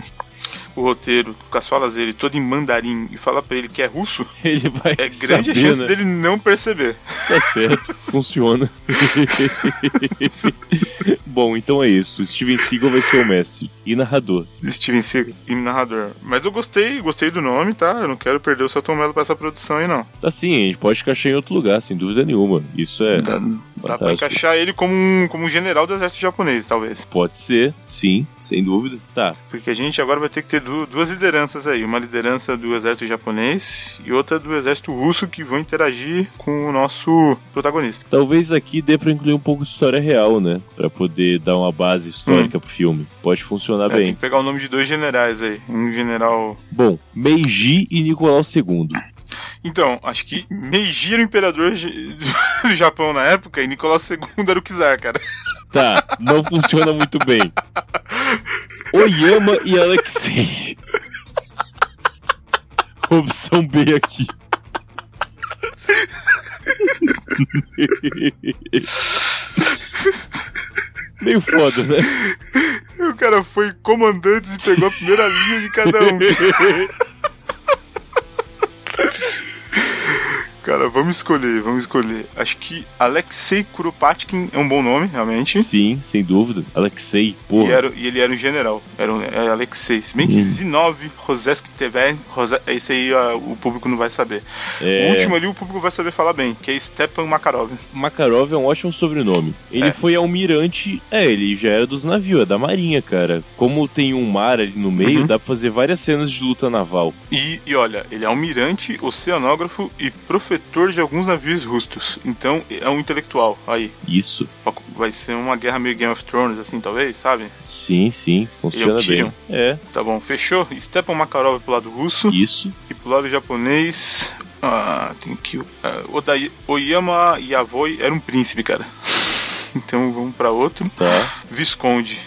[SPEAKER 2] o roteiro com as falas dele todo em mandarim e falar para ele que é russo,
[SPEAKER 1] [laughs] ele vai
[SPEAKER 2] é grande
[SPEAKER 1] saber,
[SPEAKER 2] a chance
[SPEAKER 1] né?
[SPEAKER 2] dele não perceber.
[SPEAKER 1] Tá certo, funciona. [laughs] Bom, então é isso. Steven Seagal vai ser o mestre e narrador.
[SPEAKER 2] Steven Seagal e narrador. Mas eu gostei, gostei do nome, tá? Eu não quero perder o Satom Mello pra essa produção aí, não.
[SPEAKER 1] Tá sim, a gente pode encaixar em outro lugar, sem dúvida nenhuma. Isso é.
[SPEAKER 2] Dá, dá pra encaixar ele como um, como um general do exército japonês, talvez.
[SPEAKER 1] Pode ser, sim, sem dúvida. Tá.
[SPEAKER 2] Porque a gente agora vai ter que ter duas lideranças aí. Uma liderança do exército japonês e outra do exército russo que vão interagir com o nosso protagonista.
[SPEAKER 1] Talvez aqui dê pra incluir um pouco de história real, né? Pra poder dar uma base histórica hum. pro filme. Pode funcionar é, bem.
[SPEAKER 2] Tem que pegar o nome de dois generais aí. Um general.
[SPEAKER 1] Bom, Meiji e Nicolau II.
[SPEAKER 2] Então, acho que Meiji era o imperador [laughs] do Japão na época e Nicolau II era o czar, cara. [laughs]
[SPEAKER 1] Tá, não [laughs] funciona muito bem. Oyama e Alexei. [laughs] Opção B aqui. [laughs] Meio foda, né?
[SPEAKER 2] O cara foi comandante e pegou a primeira linha de cada um.
[SPEAKER 1] [laughs]
[SPEAKER 2] Cara, vamos escolher, vamos escolher. Acho que Alexei Kuropatkin é um bom nome, realmente.
[SPEAKER 1] Sim, sem dúvida. Alexei,
[SPEAKER 2] E,
[SPEAKER 1] porra.
[SPEAKER 2] era, e ele era um general, era, um, era Alexei. Se bem que
[SPEAKER 1] Hum.
[SPEAKER 2] Zinov, Rosesk Teven, Rose- esse aí ah, o público não vai saber. O
[SPEAKER 1] É,
[SPEAKER 2] último ali o público vai saber falar bem, que é Stepan Makarov.
[SPEAKER 1] Makarov é um ótimo sobrenome. Ele
[SPEAKER 2] É.
[SPEAKER 1] foi almirante. É, ele já era dos navios, é da marinha, cara. Como tem um mar ali no meio,
[SPEAKER 2] Uhum.
[SPEAKER 1] dá pra fazer várias cenas de luta naval.
[SPEAKER 2] E, e olha, ele é almirante, oceanógrafo e profetor de alguns navios russos. Então é um intelectual. Aí,
[SPEAKER 1] Isso.
[SPEAKER 2] vai ser uma guerra meio Game of Thrones, assim, talvez, sabe?
[SPEAKER 1] Sim, sim, funciona
[SPEAKER 2] Tyrion.
[SPEAKER 1] bem. É,
[SPEAKER 2] Tá bom, fechou. Stepan Makarov pro lado russo
[SPEAKER 1] isso.
[SPEAKER 2] e pro lado japonês. Ah, tem que. ah, Odai- Oyama Yavoi era um príncipe, cara. [laughs] Então vamos pra outro.
[SPEAKER 1] Tá.
[SPEAKER 2] Visconde.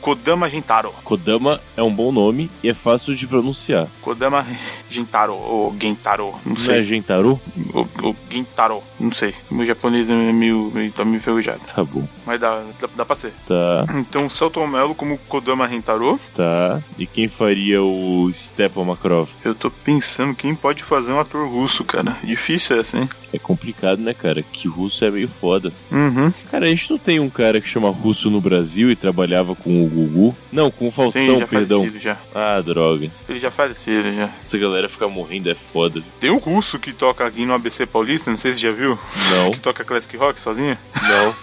[SPEAKER 2] Kodama Gentaro.
[SPEAKER 1] Kodama é um bom nome e é fácil de pronunciar.
[SPEAKER 2] Kodama Gentaro. Ou Gentaro. Não
[SPEAKER 1] Não é
[SPEAKER 2] sei.
[SPEAKER 1] Gentaro?
[SPEAKER 2] Ou, ou Gentaro. Não sei. Meu japonês é meio, meio, tá meio enferrujado.
[SPEAKER 1] Tá bom.
[SPEAKER 2] Mas dá, dá, dá pra ser.
[SPEAKER 1] Tá,
[SPEAKER 2] Então, Celton Mello como Kodama Gentaro.
[SPEAKER 1] tá. E quem faria o Stepan Makarov?
[SPEAKER 2] Eu tô pensando quem pode fazer um ator russo, cara. Difícil essa, hein?
[SPEAKER 1] É complicado, né, cara? Que russo é meio foda.
[SPEAKER 2] Uhum.
[SPEAKER 1] Cara, a gente não tem um cara que chama russo no Brasil e trabalhava com o Gugu? Não, com o Faustão,
[SPEAKER 2] Tem, já
[SPEAKER 1] Então, perdão.
[SPEAKER 2] falecido já.
[SPEAKER 1] Ah, droga.
[SPEAKER 2] Ele já falecido já.
[SPEAKER 1] Essa galera ficar morrendo é foda.
[SPEAKER 2] Tem um russo que toca aqui no ABC Paulista, não sei se já viu,
[SPEAKER 1] Não,
[SPEAKER 2] que toca classic rock sozinho.
[SPEAKER 1] não.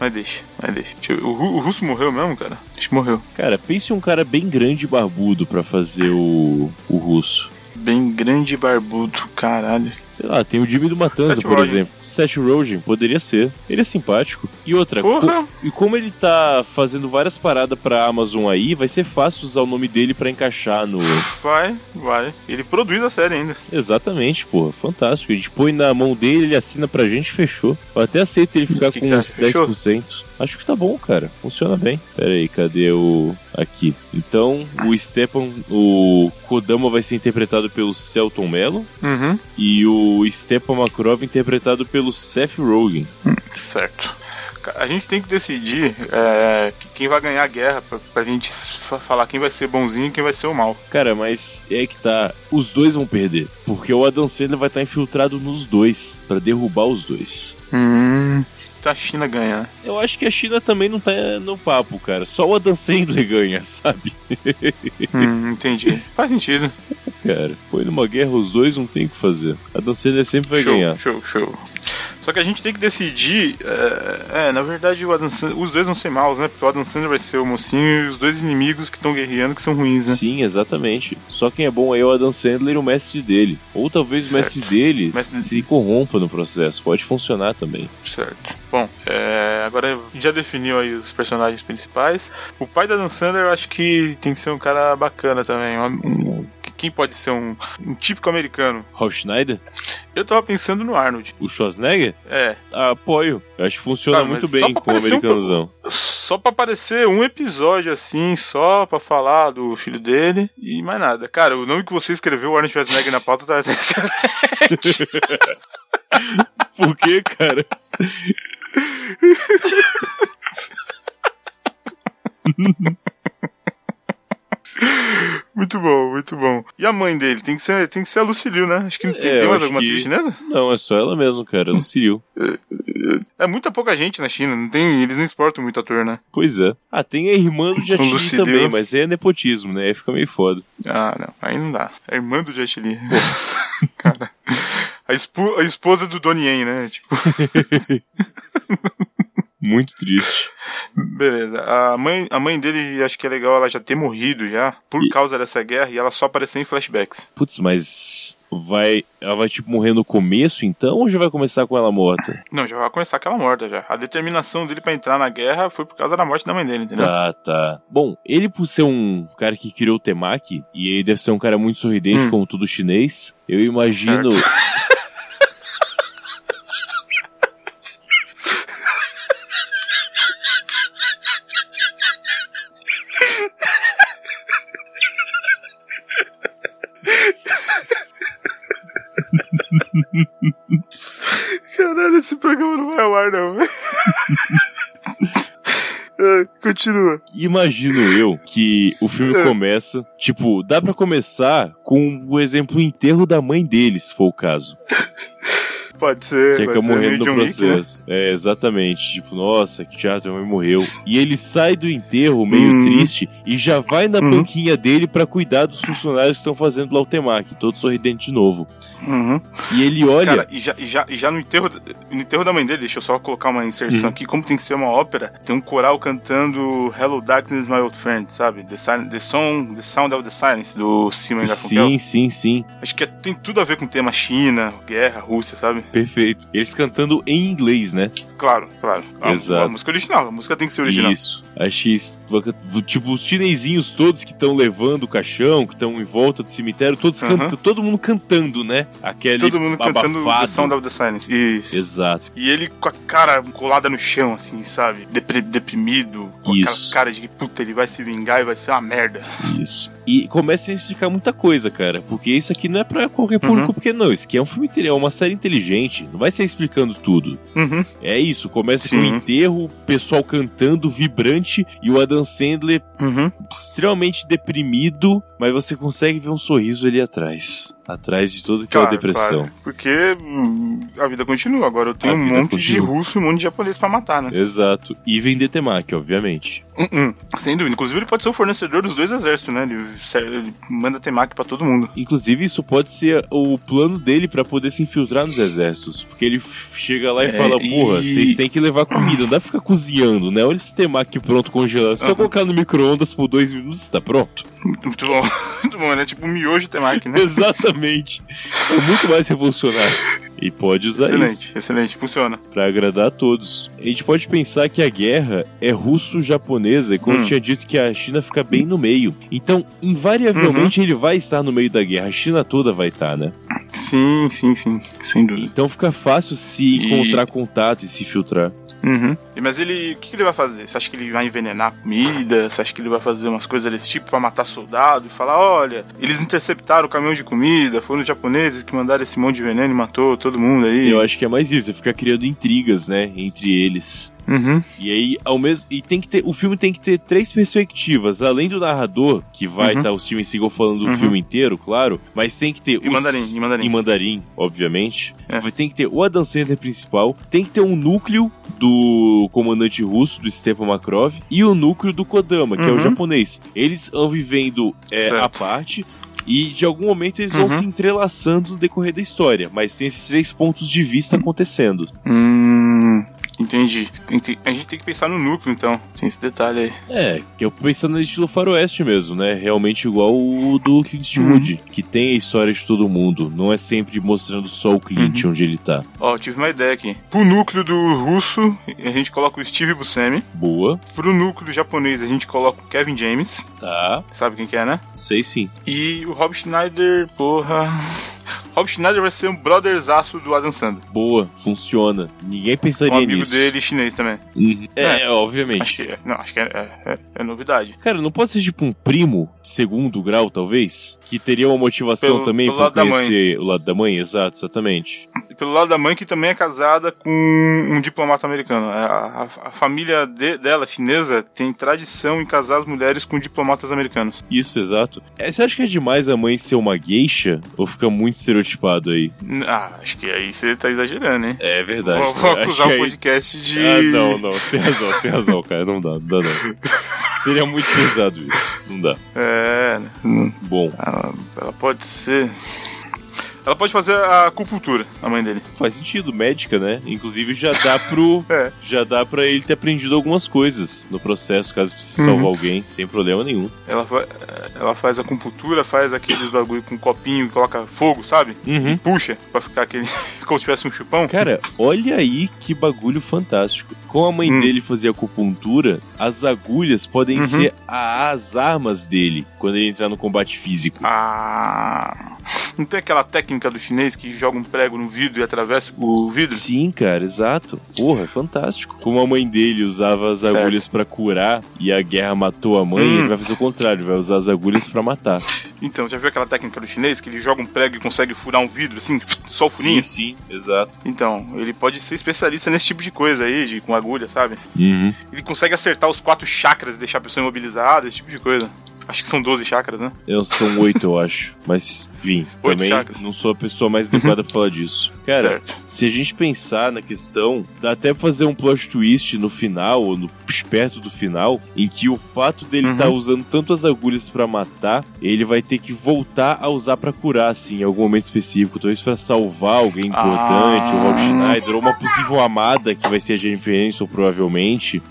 [SPEAKER 2] Mas deixa, mas deixa. Deixa eu ver. O, ru- o russo morreu mesmo, cara? Acho que morreu.
[SPEAKER 1] Cara, pense um cara bem grande e barbudo pra fazer o, o russo.
[SPEAKER 2] Bem grande e barbudo, caralho.
[SPEAKER 1] Sei lá, tem o Jimmy do Matanza,
[SPEAKER 2] Seth
[SPEAKER 1] por
[SPEAKER 2] Rogen.
[SPEAKER 1] exemplo. Seth Rogen, poderia ser. Ele é simpático. E outra,
[SPEAKER 2] Porra!
[SPEAKER 1] co- e como ele tá fazendo várias paradas pra Amazon aí, vai ser fácil usar o nome dele pra encaixar no...
[SPEAKER 2] Vai, vai. Ele produz a série ainda.
[SPEAKER 1] Exatamente, porra. Fantástico. A gente põe na mão dele, ele assina pra gente e fechou. Eu até aceito ele ficar
[SPEAKER 2] Que que
[SPEAKER 1] com
[SPEAKER 2] você
[SPEAKER 1] uns
[SPEAKER 2] acha? Fechou?
[SPEAKER 1] 10%. Acho que tá bom, cara. Funciona bem. Pera aí, cadê o. Aqui. Então, o Stepan, o Kodama vai ser interpretado pelo Celton Mello.
[SPEAKER 2] Uhum.
[SPEAKER 1] E o Stepan Makarov interpretado pelo Seth Rogen.
[SPEAKER 2] Certo. Ca- A gente tem que decidir é, que- quem vai ganhar a guerra pra, pra gente s- fa- falar quem vai ser bonzinho e quem vai ser o mal.
[SPEAKER 1] Cara, mas é que tá. Os dois vão perder. Porque o Adam Sandler vai estar infiltrado nos dois. pra derrubar os dois.
[SPEAKER 2] Hum. Então a China ganha, né?
[SPEAKER 1] Eu acho que a China também não tá no papo, cara. Só o Adam Sandler ganha, [laughs] sabe?
[SPEAKER 2] [laughs] hum, entendi. Faz sentido.
[SPEAKER 1] Cara, foi numa guerra os dois, não tem o que fazer. Adam Sandler sempre vai
[SPEAKER 2] show,
[SPEAKER 1] ganhar.
[SPEAKER 2] Show, show. Só que a gente tem que decidir. É, é, na verdade, o Adam Sandler, os dois vão ser maus, né? Porque o Adam Sandler vai ser o mocinho e os dois inimigos que estão guerreando que são ruins, né?
[SPEAKER 1] Sim, exatamente. Só quem é bom aí é o Adam Sandler e o mestre dele. Ou talvez o
[SPEAKER 2] Certo.
[SPEAKER 1] mestre dele
[SPEAKER 2] Mestre-
[SPEAKER 1] se corrompa no processo. Pode funcionar também.
[SPEAKER 2] Certo. Bom, é, agora já definiu aí os personagens principais. O pai da Adam Sandler eu acho que tem que ser um cara bacana também. um- um- quem pode ser um, um típico americano?
[SPEAKER 1] Hal Schneider?
[SPEAKER 2] Eu tava pensando no Arnold.
[SPEAKER 1] O Schwarzenegger?
[SPEAKER 2] É,
[SPEAKER 1] Ah, apoio. Eu acho que funciona
[SPEAKER 2] Cara, mas
[SPEAKER 1] muito
[SPEAKER 2] só
[SPEAKER 1] bem
[SPEAKER 2] pra
[SPEAKER 1] com o
[SPEAKER 2] aparecer um
[SPEAKER 1] americanozão.
[SPEAKER 2] Só pra aparecer um episódio assim, só pra falar do filho dele e mais nada. Cara, o nome que você escreveu, Arnold Schwarzenegger, na pauta tá [laughs] excelente.
[SPEAKER 1] Por quê, cara?
[SPEAKER 2] Muito bom, muito bom. E a mãe dele? Tem que ser, tem que ser a Lucilio, né? Acho que não tem,
[SPEAKER 1] É,
[SPEAKER 2] tem
[SPEAKER 1] eu
[SPEAKER 2] mais
[SPEAKER 1] acho
[SPEAKER 2] alguma
[SPEAKER 1] que-
[SPEAKER 2] atriz chinesa?
[SPEAKER 1] Não, é só ela mesmo, cara. Não Cyril.
[SPEAKER 2] É muita pouca gente na China, não tem, eles não exportam muito ator, né?
[SPEAKER 1] Pois é. Ah, tem a
[SPEAKER 2] [laughs]
[SPEAKER 1] irmã do Jet
[SPEAKER 2] O
[SPEAKER 1] Li
[SPEAKER 2] Lucille.
[SPEAKER 1] também, mas aí é nepotismo, né? Aí fica meio foda.
[SPEAKER 2] Ah, não, aí não dá. A irmã do Jet Li. [laughs] Cara, a, espo- a esposa do Donnie Yen, né? Tipo,
[SPEAKER 1] Muito triste.
[SPEAKER 2] beleza. A mãe, a mãe dele, acho que é legal ela já ter morrido já, por
[SPEAKER 1] E-
[SPEAKER 2] causa dessa guerra, e ela só apareceu em flashbacks.
[SPEAKER 1] Putz, mas vai. Ela vai, tipo, morrer no começo, então, ou já vai começar com ela morta?
[SPEAKER 2] Não, já vai começar com ela morta já. A determinação dele pra entrar na guerra foi por causa da morte da mãe dele, entendeu?
[SPEAKER 1] Tá, tá. Bom, ele, por ser um cara que criou o Temaki, e ele deve ser um cara muito sorridente,
[SPEAKER 2] Hum.
[SPEAKER 1] como todo chinês, eu imagino.
[SPEAKER 2] Caralho, esse programa não vai ao ar, não.
[SPEAKER 1] [laughs]
[SPEAKER 2] É, Continua.
[SPEAKER 1] Imagino eu que o filme
[SPEAKER 2] É.
[SPEAKER 1] começa, tipo, dá pra começar com o exemplo o enterro da mãe dele, se for o caso.
[SPEAKER 2] Pode ser.
[SPEAKER 1] Que
[SPEAKER 2] pode
[SPEAKER 1] acaba
[SPEAKER 2] ser
[SPEAKER 1] morrendo
[SPEAKER 2] meio
[SPEAKER 1] no
[SPEAKER 2] John Wick, né?
[SPEAKER 1] processo. É, exatamente. Tipo, nossa, que teatro, minha mãe morreu. E ele sai do enterro meio
[SPEAKER 2] Hum.
[SPEAKER 1] triste e já vai na
[SPEAKER 2] Uhum.
[SPEAKER 1] banquinha dele pra cuidar dos funcionários que estão fazendo lá o Temac, todo sorridente de novo.
[SPEAKER 2] Uhum.
[SPEAKER 1] E ele olha.
[SPEAKER 2] Cara, e já, e já, e já no, enterro, no enterro da mãe dele, deixa eu só colocar uma inserção
[SPEAKER 1] Uhum.
[SPEAKER 2] aqui, como tem que ser uma ópera, tem um coral cantando Hello Darkness, My Old Friend, sabe? The, Sil- the, song, the Sound of the Silence, do Simon Garfunkel.
[SPEAKER 1] sim, sim, sim.
[SPEAKER 2] Acho que é- tem tudo a ver com o tema China, guerra, Rússia, sabe?
[SPEAKER 1] Perfeito. Eles cantando em inglês, né?
[SPEAKER 2] Claro, claro. A-
[SPEAKER 1] Exato.
[SPEAKER 2] A, música original, a música tem que ser original.
[SPEAKER 1] Isso. Achei. isso- Tipo, os chinesinhos todos que estão levando o caixão, que estão em volta do cemitério, todos
[SPEAKER 2] Aham.
[SPEAKER 1] canta- todo mundo cantando, né? Aquele
[SPEAKER 2] Todo mundo cantando The
[SPEAKER 1] abafado.
[SPEAKER 2] Sound of the Silence. Isso.
[SPEAKER 1] Exato.
[SPEAKER 2] E ele com a cara colada no chão, assim, sabe? Depre- deprimido, com
[SPEAKER 1] Isso.
[SPEAKER 2] aquela cara de que, puta, ele vai se vingar e vai ser uma merda.
[SPEAKER 1] Isso. E começa a explicar muita coisa, cara. Porque isso aqui não é pra qualquer
[SPEAKER 2] Uhum.
[SPEAKER 1] público, porque não. Isso aqui é um filme inteiro, é uma série inteligente. Não vai ser explicando tudo.
[SPEAKER 2] Uhum.
[SPEAKER 1] É isso. Começa com
[SPEAKER 2] Sim.
[SPEAKER 1] o enterro, o pessoal cantando, vibrante, e o Adam Sandler
[SPEAKER 2] Uhum.
[SPEAKER 1] extremamente deprimido, mas você consegue ver um sorriso ali atrás. Atrás de toda aquela
[SPEAKER 2] Claro,
[SPEAKER 1] depressão.
[SPEAKER 2] claro. porque hum, a vida continua. Agora eu tenho
[SPEAKER 1] A
[SPEAKER 2] um
[SPEAKER 1] vida
[SPEAKER 2] monte
[SPEAKER 1] continua.
[SPEAKER 2] de russo e um monte de japonês pra matar, né?
[SPEAKER 1] Exato. E vender temaki, obviamente.
[SPEAKER 2] Hum, hum. Sem dúvida. Inclusive, ele pode ser o fornecedor dos dois exércitos, né? Ele, se- ele manda temaki pra todo mundo.
[SPEAKER 1] Inclusive, isso pode ser o plano dele pra poder se infiltrar nos exércitos. Porque ele f- chega lá e
[SPEAKER 2] É,
[SPEAKER 1] fala:
[SPEAKER 2] e-
[SPEAKER 1] Porra, vocês têm que levar comida, não dá pra ficar cozinhando, né? Olha esse temaki pronto, congelado. Só
[SPEAKER 2] Aham.
[SPEAKER 1] colocar no micro-ondas por dois minutos, tá
[SPEAKER 2] [laughs]
[SPEAKER 1] pronto.
[SPEAKER 2] Muito bom. Muito bom, né? Tipo um miojo temaki,
[SPEAKER 1] [laughs]
[SPEAKER 2] né?
[SPEAKER 1] Exatamente. É muito mais revolucionário. E pode usar isso.
[SPEAKER 2] Excelente, excelente. Funciona.
[SPEAKER 1] Pra agradar a todos. A gente pode pensar que a guerra é russo-japonesa, e como eu
[SPEAKER 2] Hum.
[SPEAKER 1] tinha dito que a China fica bem no meio. Então, invariavelmente,
[SPEAKER 2] Uhum.
[SPEAKER 1] ele vai estar no meio da guerra. A China toda vai estar, né?
[SPEAKER 2] Sim, sim, sim. Sem dúvida.
[SPEAKER 1] Então fica fácil se
[SPEAKER 2] E-
[SPEAKER 1] encontrar contato e se filtrar.
[SPEAKER 2] Uhum. E, Mas ele, o que, que ele vai fazer? Você acha que ele vai envenenar a comida? Você acha que ele vai fazer umas coisas desse tipo pra matar soldado e falar: olha, eles interceptaram o caminhão de comida, foram os japoneses que mandaram esse monte de veneno e matou todo mundo aí?
[SPEAKER 1] Eu acho que é mais isso, é ficar criando intrigas, né, entre eles.
[SPEAKER 2] Uhum.
[SPEAKER 1] E aí, ao mesmo. E tem que ter. O filme tem que ter três perspectivas. Além do narrador, que vai
[SPEAKER 2] Uhum.
[SPEAKER 1] estar o Steven Seagal falando do
[SPEAKER 2] Uhum.
[SPEAKER 1] filme inteiro, claro. Mas tem que ter
[SPEAKER 2] E mandarim, e mandarim.
[SPEAKER 1] em mandarim, obviamente.
[SPEAKER 2] É.
[SPEAKER 1] Vai- Tem que ter o Adam Sandler principal, tem que ter um núcleo do comandante russo, do Stepan Makrov, e o núcleo do Kodama, que é o
[SPEAKER 2] Uhum.
[SPEAKER 1] japonês. Eles vão vivendo é,
[SPEAKER 2] Certo.
[SPEAKER 1] à parte e de algum momento eles vão
[SPEAKER 2] Uhum.
[SPEAKER 1] se entrelaçando no decorrer da história, mas tem esses três pontos de vista
[SPEAKER 2] Uhum.
[SPEAKER 1] acontecendo.
[SPEAKER 2] Hum. Entendi. Ente- A gente tem que pensar no núcleo, então. Tem esse detalhe aí.
[SPEAKER 1] É, que eu pensando no estilo faroeste mesmo, né? Realmente igual o do Clint
[SPEAKER 2] Uhum.
[SPEAKER 1] Eastwood, que tem a história de todo mundo, não é sempre mostrando só o Clint
[SPEAKER 2] Uhum.
[SPEAKER 1] onde ele tá.
[SPEAKER 2] Ó, tive uma ideia aqui. Pro núcleo do russo, a gente coloca o Steve Buscemi.
[SPEAKER 1] Boa,
[SPEAKER 2] Pro núcleo do japonês, a gente coloca o Kevin James.
[SPEAKER 1] tá,
[SPEAKER 2] Sabe quem que é, né?
[SPEAKER 1] sei sim.
[SPEAKER 2] E o Rob Schneider, porra. [laughs] Rob Schneider vai ser um brotherzaço do Adam Sandler.
[SPEAKER 1] Boa, funciona. Ninguém
[SPEAKER 2] Um
[SPEAKER 1] pensaria
[SPEAKER 2] amigo
[SPEAKER 1] nisso.
[SPEAKER 2] dele chinês também.
[SPEAKER 1] Uhum. É, obviamente.
[SPEAKER 2] Acho que é. Não, acho que é, é- é- é novidade.
[SPEAKER 1] Cara, não pode ser tipo um primo, de segundo grau, talvez, que teria uma motivação
[SPEAKER 2] Pelo-
[SPEAKER 1] também
[SPEAKER 2] pelo
[SPEAKER 1] pra
[SPEAKER 2] lado da mãe.
[SPEAKER 1] conhecer o lado da mãe, exato, exatamente.
[SPEAKER 2] E pelo lado da mãe, que também é casada com um diplomata americano. É, A, a- a família de- dela, chinesa, tem tradição em casar as mulheres com diplomatas americanos.
[SPEAKER 1] Isso, exato. É, você acha que é demais a mãe ser uma geisha? Ou fica muito estereotipado aí?
[SPEAKER 2] N- Ah, acho que aí você tá exagerando, hein?
[SPEAKER 1] É verdade.
[SPEAKER 2] vou,
[SPEAKER 1] né?
[SPEAKER 2] vou
[SPEAKER 1] Acho
[SPEAKER 2] acusar
[SPEAKER 1] que
[SPEAKER 2] o
[SPEAKER 1] aí-
[SPEAKER 2] podcast de.
[SPEAKER 1] Ah, não, não, você tem razão, você tem razão, cara, não dá, não dá não.
[SPEAKER 2] [laughs]
[SPEAKER 1] Seria muito pesado isso, não dá.
[SPEAKER 2] É, né?
[SPEAKER 1] Bom,
[SPEAKER 2] Ah, ela pode ser. Ela pode fazer a acupuntura, a mãe dele.
[SPEAKER 1] Faz sentido, médica, né? Inclusive já dá pro.
[SPEAKER 2] [laughs] É.
[SPEAKER 1] Já dá pra ele ter aprendido algumas coisas no processo, caso
[SPEAKER 2] Uhum.
[SPEAKER 1] precise salvar alguém, sem problema nenhum.
[SPEAKER 2] Ela, fa- ela faz a acupuntura, faz aqueles bagulho com copinho, coloca fogo, sabe?
[SPEAKER 1] Uhum.
[SPEAKER 2] Puxa, pra ficar aquele. [laughs] como se tivesse um chupão.
[SPEAKER 1] Cara, olha aí que bagulho fantástico. Com a mãe
[SPEAKER 2] Hum.
[SPEAKER 1] dele fazer acupuntura, as agulhas podem
[SPEAKER 2] Uhum.
[SPEAKER 1] ser a- as armas dele quando ele entrar no combate físico.
[SPEAKER 2] Ah. Não tem aquela técnica do chinês que joga um prego no vidro e atravessa o vidro?
[SPEAKER 1] Sim, cara, exato. Porra, é fantástico. Como a mãe dele usava as
[SPEAKER 2] Certo.
[SPEAKER 1] agulhas pra curar e a guerra matou a mãe,
[SPEAKER 2] Hum.
[SPEAKER 1] ele vai fazer o contrário, vai usar as agulhas pra matar.
[SPEAKER 2] Então, já viu aquela técnica do chinês que ele joga um prego e consegue furar um vidro assim, só o furinho?
[SPEAKER 1] Sim, sim, exato.
[SPEAKER 2] Então, ele pode ser especialista nesse tipo de coisa aí, de, com agulha, sabe?
[SPEAKER 1] Uhum.
[SPEAKER 2] Ele consegue acertar os quatro chakras, deixar a pessoa imobilizada, esse tipo de coisa. Acho que são 12 chakras, né?
[SPEAKER 1] Eu, são oito, eu acho. Mas, enfim,
[SPEAKER 2] [laughs] Oito
[SPEAKER 1] também
[SPEAKER 2] chakras.
[SPEAKER 1] não sou a pessoa mais adequada pra falar disso. Cara,
[SPEAKER 2] certo.
[SPEAKER 1] Se a gente pensar na questão, dá até pra fazer um plot twist no final, ou no perto do final, em que o fato dele
[SPEAKER 2] Uhum.
[SPEAKER 1] tá usando tanto as agulhas pra matar, ele vai ter que voltar a usar pra curar, assim, em algum momento específico. Talvez pra salvar alguém importante,
[SPEAKER 2] Ah.
[SPEAKER 1] ou o Rob Schneider, ou uma possível amada, que vai ser a Jennifer Aniston, provavelmente.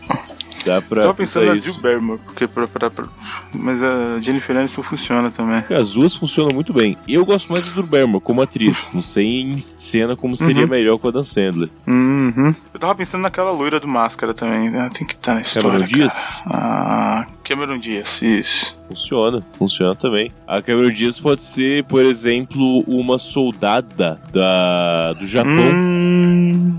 [SPEAKER 1] Dá pra
[SPEAKER 2] Tava
[SPEAKER 1] pensar
[SPEAKER 2] pensando na Jill
[SPEAKER 1] isso.
[SPEAKER 2] Barrymore, porque pra, pra- pra- mas a Jennifer Aniston funciona também.
[SPEAKER 1] As duas funcionam muito bem. Eu gosto mais do Drew Barrymore como atriz. Não sei em cena como seria
[SPEAKER 2] Uhum.
[SPEAKER 1] melhor com a Dan Sandler.
[SPEAKER 2] Uhum. Eu tava pensando naquela loira do Máscara também. Ah, tem que estar na história,
[SPEAKER 1] Cameron
[SPEAKER 2] cara.
[SPEAKER 1] Diaz?
[SPEAKER 2] Ah, Cameron Diaz, isso.
[SPEAKER 1] Funciona, funciona também. A Cameron Diaz pode ser, por exemplo, uma soldada da, do Japão
[SPEAKER 2] Hum,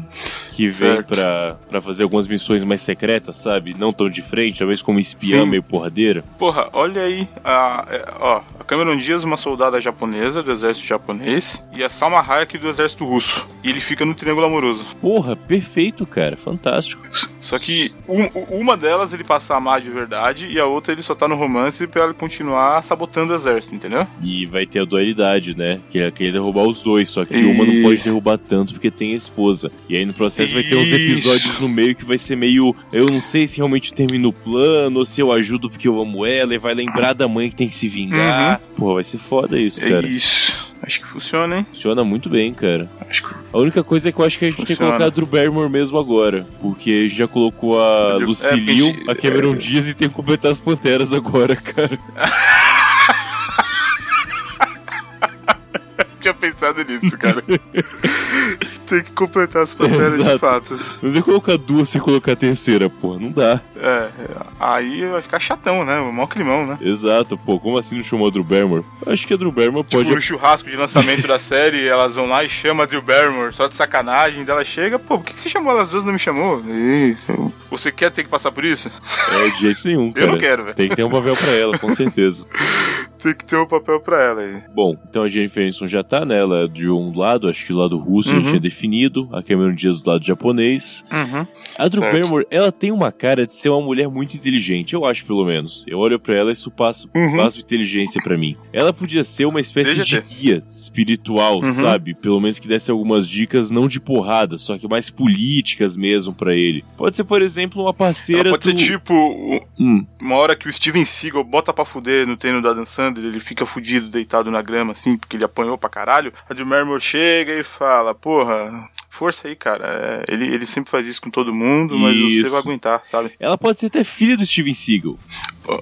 [SPEAKER 1] que vem
[SPEAKER 2] certo.
[SPEAKER 1] pra, pra fazer algumas missões mais secretas, sabe? Não tão de frente, talvez como espiã
[SPEAKER 2] Sim.
[SPEAKER 1] meio porradeira.
[SPEAKER 2] porra, olha aí. A, é, ó, a Cameron Diaz, uma soldada japonesa do exército japonês, e a Salma Hayek do exército russo. E ele fica no triângulo amoroso.
[SPEAKER 1] Porra, perfeito, cara, fantástico.
[SPEAKER 2] Só que um- u- uma delas ele passa a amar de verdade, e a outra ele só tá no romance pra ele continuar sabotando o exército, entendeu? É
[SPEAKER 1] E vai ter a dualidade, né? Que é querer derrubar os dois, só que uma não
[SPEAKER 2] Isso.
[SPEAKER 1] pode derrubar tanto porque tem a esposa. E aí no processo vai ter uns
[SPEAKER 2] Isso.
[SPEAKER 1] episódios no meio que vai ser meio. Eu não sei se realmente eu termino o plano ou se eu ajudo porque eu amo ela e vai lembrar da mãe que tem que se vingar. Pô, vai ser foda isso,
[SPEAKER 2] Uhum. É
[SPEAKER 1] cara.
[SPEAKER 2] isso. Acho que funciona, hein?
[SPEAKER 1] Funciona muito bem, cara.
[SPEAKER 2] Acho que.
[SPEAKER 1] A única coisa é que eu acho que a gente tem que
[SPEAKER 2] Funciona.
[SPEAKER 1] colocar a Drew Barrymore mesmo agora. Porque a gente já colocou a
[SPEAKER 2] É, porque
[SPEAKER 1] Lucilio,
[SPEAKER 2] a gente-
[SPEAKER 1] a Cameron Diaz e tem que completar as panteras agora, [laughs] cara.
[SPEAKER 2] Tinha pensado nisso,
[SPEAKER 1] [laughs]
[SPEAKER 2] cara. Tem que completar as panteras de
[SPEAKER 1] Exato.
[SPEAKER 2] fato.
[SPEAKER 1] Não tem que colocar duas sem colocar a terceira, porra. Não dá.
[SPEAKER 2] É, aí vai ficar chatão, né? O maior climão, né?
[SPEAKER 1] Exato, pô, como assim não chamou a Drew Barrymore? Acho que a Drew Barrymore
[SPEAKER 2] Tipo,
[SPEAKER 1] pode.
[SPEAKER 2] no churrasco de lançamento da [laughs] série, elas vão lá e chamam a Drew Barrymore, só de sacanagem. Daí ela chega, pô, por que que você chamou elas duas e não me chamou? Ih, eu- Você quer ter que passar por isso?
[SPEAKER 1] É, de jeito nenhum, cara.
[SPEAKER 2] [laughs] Eu não quero, velho.
[SPEAKER 1] Tem que ter um papel pra ela, com
[SPEAKER 2] [laughs]
[SPEAKER 1] certeza.
[SPEAKER 2] Tem que ter um papel pra ela aí.
[SPEAKER 1] Bom, então a Jennifer Aniston já tá, né? Ela é de um lado, acho que do lado russo a gente
[SPEAKER 2] Uhum.
[SPEAKER 1] tinha definido. A Cameron Diaz do lado japonês.
[SPEAKER 2] Uhum.
[SPEAKER 1] A Drew
[SPEAKER 2] Certo.
[SPEAKER 1] Barrymore, ela tem uma cara de ser uma mulher muito inteligente, eu acho, pelo menos. Eu olho pra ela e isso passa,
[SPEAKER 2] Uhum.
[SPEAKER 1] passa inteligência pra mim. Ela podia ser uma espécie
[SPEAKER 2] Deixa
[SPEAKER 1] de guia espiritual,
[SPEAKER 2] Uhum.
[SPEAKER 1] sabe? Pelo menos que desse algumas dicas, não de porrada, só que mais políticas mesmo pra ele. Pode ser, por exemplo, uma parceira
[SPEAKER 2] Ela pode ser
[SPEAKER 1] do...
[SPEAKER 2] tipo u-
[SPEAKER 1] Hum,
[SPEAKER 2] uma hora que o Steven Seagal bota pra fuder no treino do Adam Sandler, ele fica fudido, deitado na grama, assim, porque ele apanhou pra caralho. A Drew Barrymore chega e fala, porra, força aí, cara. É, ele, ele sempre faz isso com todo mundo, mas
[SPEAKER 1] Isso.
[SPEAKER 2] você vai aguentar, sabe?
[SPEAKER 1] Ela pode ser até filha do Steven Seagal.
[SPEAKER 2] Ó,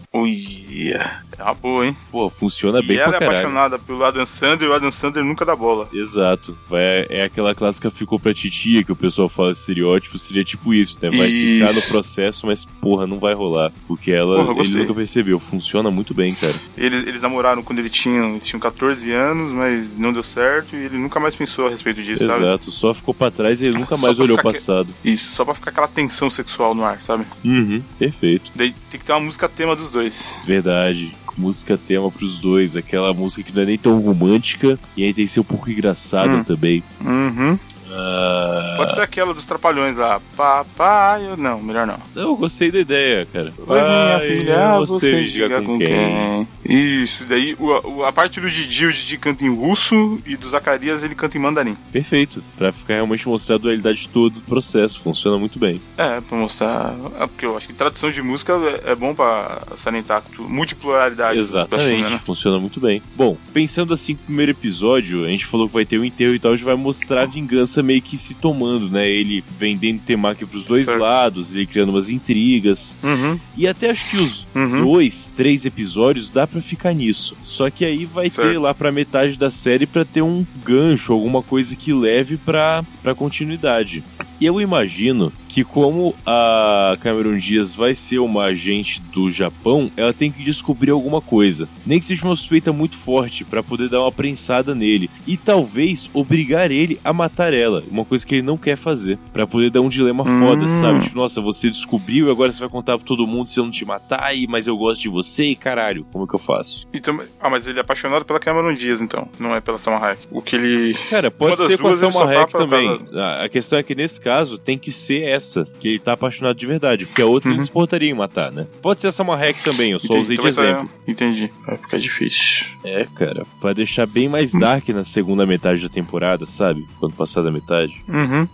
[SPEAKER 2] Uia. É uma boa, hein?
[SPEAKER 1] Pô, funciona
[SPEAKER 2] E
[SPEAKER 1] Tá bem
[SPEAKER 2] ela
[SPEAKER 1] pra
[SPEAKER 2] é
[SPEAKER 1] caralho.
[SPEAKER 2] apaixonada pelo Adam Sandler e o Adam Sandler nunca dá bola.
[SPEAKER 1] Exato. Vai, é aquela clássica ficou pra titia que o pessoal fala estereótipo, seria tipo isso, né? Vai
[SPEAKER 2] Isso.
[SPEAKER 1] ficar no processo, mas porra, não vai rolar. Porque ela
[SPEAKER 2] Porra,
[SPEAKER 1] ele
[SPEAKER 2] gostei.
[SPEAKER 1] nunca percebeu. Funciona muito bem, cara.
[SPEAKER 2] Eles, eles namoraram quando ele tinha, eles tinham 14 anos, mas não deu certo e ele nunca mais pensou a respeito disso, sabe?
[SPEAKER 1] Exato. Só ficou pra trás e ele nunca
[SPEAKER 2] Só
[SPEAKER 1] mais
[SPEAKER 2] pra
[SPEAKER 1] olhou o
[SPEAKER 2] ficar
[SPEAKER 1] passado.
[SPEAKER 2] Isso, só pra ficar aquela tensão sexual no ar, sabe?
[SPEAKER 1] Uhum. Perfeito.
[SPEAKER 2] Daí tem que ter uma música tema dos dois.
[SPEAKER 1] Verdade. Música tema pros dois. Aquela música que não é nem tão romântica e aí tem que ser um pouco engraçada
[SPEAKER 2] Hum.
[SPEAKER 1] também.
[SPEAKER 2] Uhum.
[SPEAKER 1] Ah,
[SPEAKER 2] Pode ser aquela dos trapalhões lá. Papai, eu... não, melhor não.
[SPEAKER 1] Não, eu gostei da ideia, cara.
[SPEAKER 2] Mas minha
[SPEAKER 1] Pai,
[SPEAKER 2] filha,
[SPEAKER 1] você
[SPEAKER 2] você
[SPEAKER 1] me diga
[SPEAKER 2] diga
[SPEAKER 1] com quem.
[SPEAKER 2] Isso, daí o- o- a parte do Didi, o Didi canta em russo e do Zacarias ele canta em mandarim.
[SPEAKER 1] Perfeito. Pra ficar realmente mostrar a dualidade toda do processo. Funciona muito bem.
[SPEAKER 2] É, pra mostrar. É porque eu acho que tradução de música é, é bom pra salientar a cultu-
[SPEAKER 1] Ah,
[SPEAKER 2] multipluralidade da
[SPEAKER 1] Exatamente.
[SPEAKER 2] China, né?
[SPEAKER 1] Funciona muito bem. Bom, pensando assim no primeiro episódio, a gente falou que vai ter um enterro e tal. A gente vai mostrar a vingança meio que se tomando, né? Ele vendendo temaki pros dois
[SPEAKER 2] Certo.
[SPEAKER 1] lados, ele criando umas intrigas.
[SPEAKER 2] Uhum,
[SPEAKER 1] E até acho que os
[SPEAKER 2] uhum.
[SPEAKER 1] dois, três episódios, dá pra ficar nisso. Só que aí vai ter
[SPEAKER 2] Certo.
[SPEAKER 1] lá pra metade da série pra ter um gancho, alguma coisa que leve pra, pra continuidade. E eu imagino que como a Cameron Diaz vai ser uma agente do Japão, ela tem que descobrir alguma coisa. Nem que seja uma suspeita muito forte pra poder dar uma prensada nele e talvez obrigar ele a matar ela, uma coisa que ele não quer fazer, Pra poder dar um dilema
[SPEAKER 2] Hum.
[SPEAKER 1] foda, sabe? Tipo, nossa, você descobriu e agora você vai contar pra todo mundo se eu não te matar, e, mas eu gosto de você e caralho, como é que eu faço?
[SPEAKER 2] E também- ah, mas ele é apaixonado pela Cameron Diaz, então. Não é pela Samurai. O que ele.
[SPEAKER 1] Cara,
[SPEAKER 2] Uma
[SPEAKER 1] pode
[SPEAKER 2] das
[SPEAKER 1] ser com a
[SPEAKER 2] duas, ele
[SPEAKER 1] Selma
[SPEAKER 2] só tá
[SPEAKER 1] Hayek
[SPEAKER 2] pra-
[SPEAKER 1] também. A- A questão é que nesse caso tem que ser essa, que ele tá apaixonado de verdade, porque a outra
[SPEAKER 2] Uhum.
[SPEAKER 1] ele se portaria em matar, né? Pode ser a Selma Hayek também, eu só
[SPEAKER 2] Entendi,
[SPEAKER 1] usei
[SPEAKER 2] então
[SPEAKER 1] de
[SPEAKER 2] vai sair-
[SPEAKER 1] exemplo.
[SPEAKER 2] Entendi. Vai ficar difícil.
[SPEAKER 1] É, cara, vai deixar bem mais dark na segunda metade da temporada, sabe? Quando passar da metade.
[SPEAKER 2] Uhum.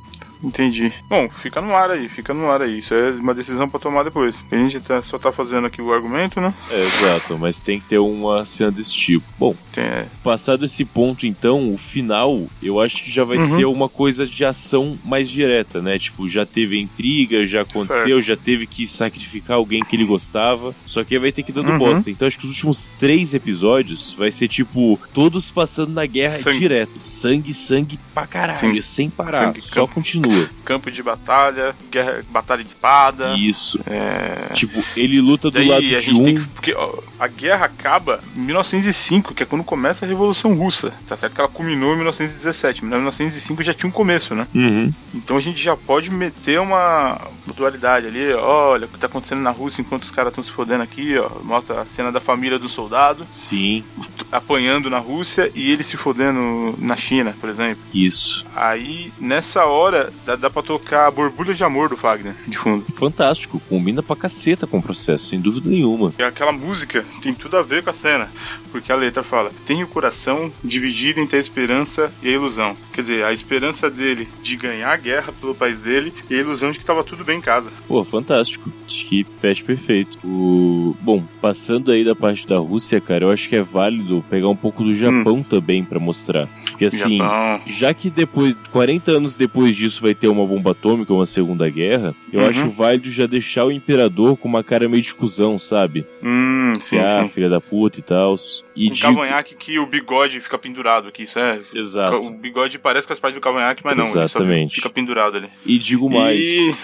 [SPEAKER 2] Entendi. Bom, fica no ar aí, fica no ar aí. Isso é uma decisão pra tomar depois. A gente tá- só tá fazendo aqui o argumento, né?
[SPEAKER 1] É, exato, mas tem que ter uma cena desse tipo. Bom,
[SPEAKER 2] Tem, é,
[SPEAKER 1] passado esse ponto, então, o final, eu acho que já vai
[SPEAKER 2] Uhum.
[SPEAKER 1] ser uma coisa de ação mais direta, né? Tipo, já teve intriga, já aconteceu, já teve que sacrificar alguém que ele gostava, só que aí vai ter que ir dando
[SPEAKER 2] Uhum.
[SPEAKER 1] bosta. Então, acho que os últimos três episódios vai ser, tipo, todos passando na guerra
[SPEAKER 2] Sangue.
[SPEAKER 1] direto. Sangue, sangue pra caralho,
[SPEAKER 2] Sim.
[SPEAKER 1] sem parar,
[SPEAKER 2] Sangue,
[SPEAKER 1] só continua.
[SPEAKER 2] campo de batalha, guerra, batalha de espada.
[SPEAKER 1] Isso.
[SPEAKER 2] Tá. É.
[SPEAKER 1] Tipo, ele luta do
[SPEAKER 2] Daí
[SPEAKER 1] lado
[SPEAKER 2] a
[SPEAKER 1] de
[SPEAKER 2] gente
[SPEAKER 1] um...
[SPEAKER 2] tem que. Porque ó, a guerra acaba em 1905, que é quando começa a Revolução Russa. Tá certo que ela culminou em 1917, mas em 1905 já tinha um começo, né?
[SPEAKER 1] Uhum.
[SPEAKER 2] Então a gente já pode meter uma dualidade ali, ó, olha o que tá acontecendo na Rússia enquanto os caras estão se fodendo aqui, ó. Mostra a cena da família do soldado
[SPEAKER 1] Sim,
[SPEAKER 2] apanhando na Rússia e ele se fodendo na China, por exemplo.
[SPEAKER 1] isso.
[SPEAKER 2] Aí, nessa hora, dá, dá pra tocar a borbulha de amor do Wagner, de fundo.
[SPEAKER 1] fantástico, combina pra caceta com o processo, sem dúvida nenhuma.
[SPEAKER 2] E aquela música tem tudo a ver com a cena, porque a letra fala: tem o coração dividido entre a esperança e a ilusão. Quer dizer, a esperança dele de ganhar a guerra pelo país dele e a ilusão de que tava tudo bem em casa.
[SPEAKER 1] Pô, fantástico. Acho que fecha perfeito. O... Bom, passando aí da parte da Rússia, cara, eu acho que é válido pegar um
[SPEAKER 2] Hum.
[SPEAKER 1] pouco do Japão também pra mostrar. Porque assim,
[SPEAKER 2] Japão.
[SPEAKER 1] já que depois, 40 anos depois disso vai ter uma bomba atômica, uma segunda guerra, eu
[SPEAKER 2] Uhum.
[SPEAKER 1] acho válido já deixar o imperador com uma cara meio de cuzão, sabe?
[SPEAKER 2] Hum, sim,
[SPEAKER 1] ah,
[SPEAKER 2] sim.
[SPEAKER 1] filha da puta e tal. E
[SPEAKER 2] Um
[SPEAKER 1] de...
[SPEAKER 2] cavanhaque que o bigode fica pendurado aqui, isso é. O
[SPEAKER 1] Exato.
[SPEAKER 2] bigode parece com as partes do cavanhaque, mas não, ele só
[SPEAKER 1] Exatamente.
[SPEAKER 2] fica pendurado ali.
[SPEAKER 1] E digo mais.
[SPEAKER 2] E...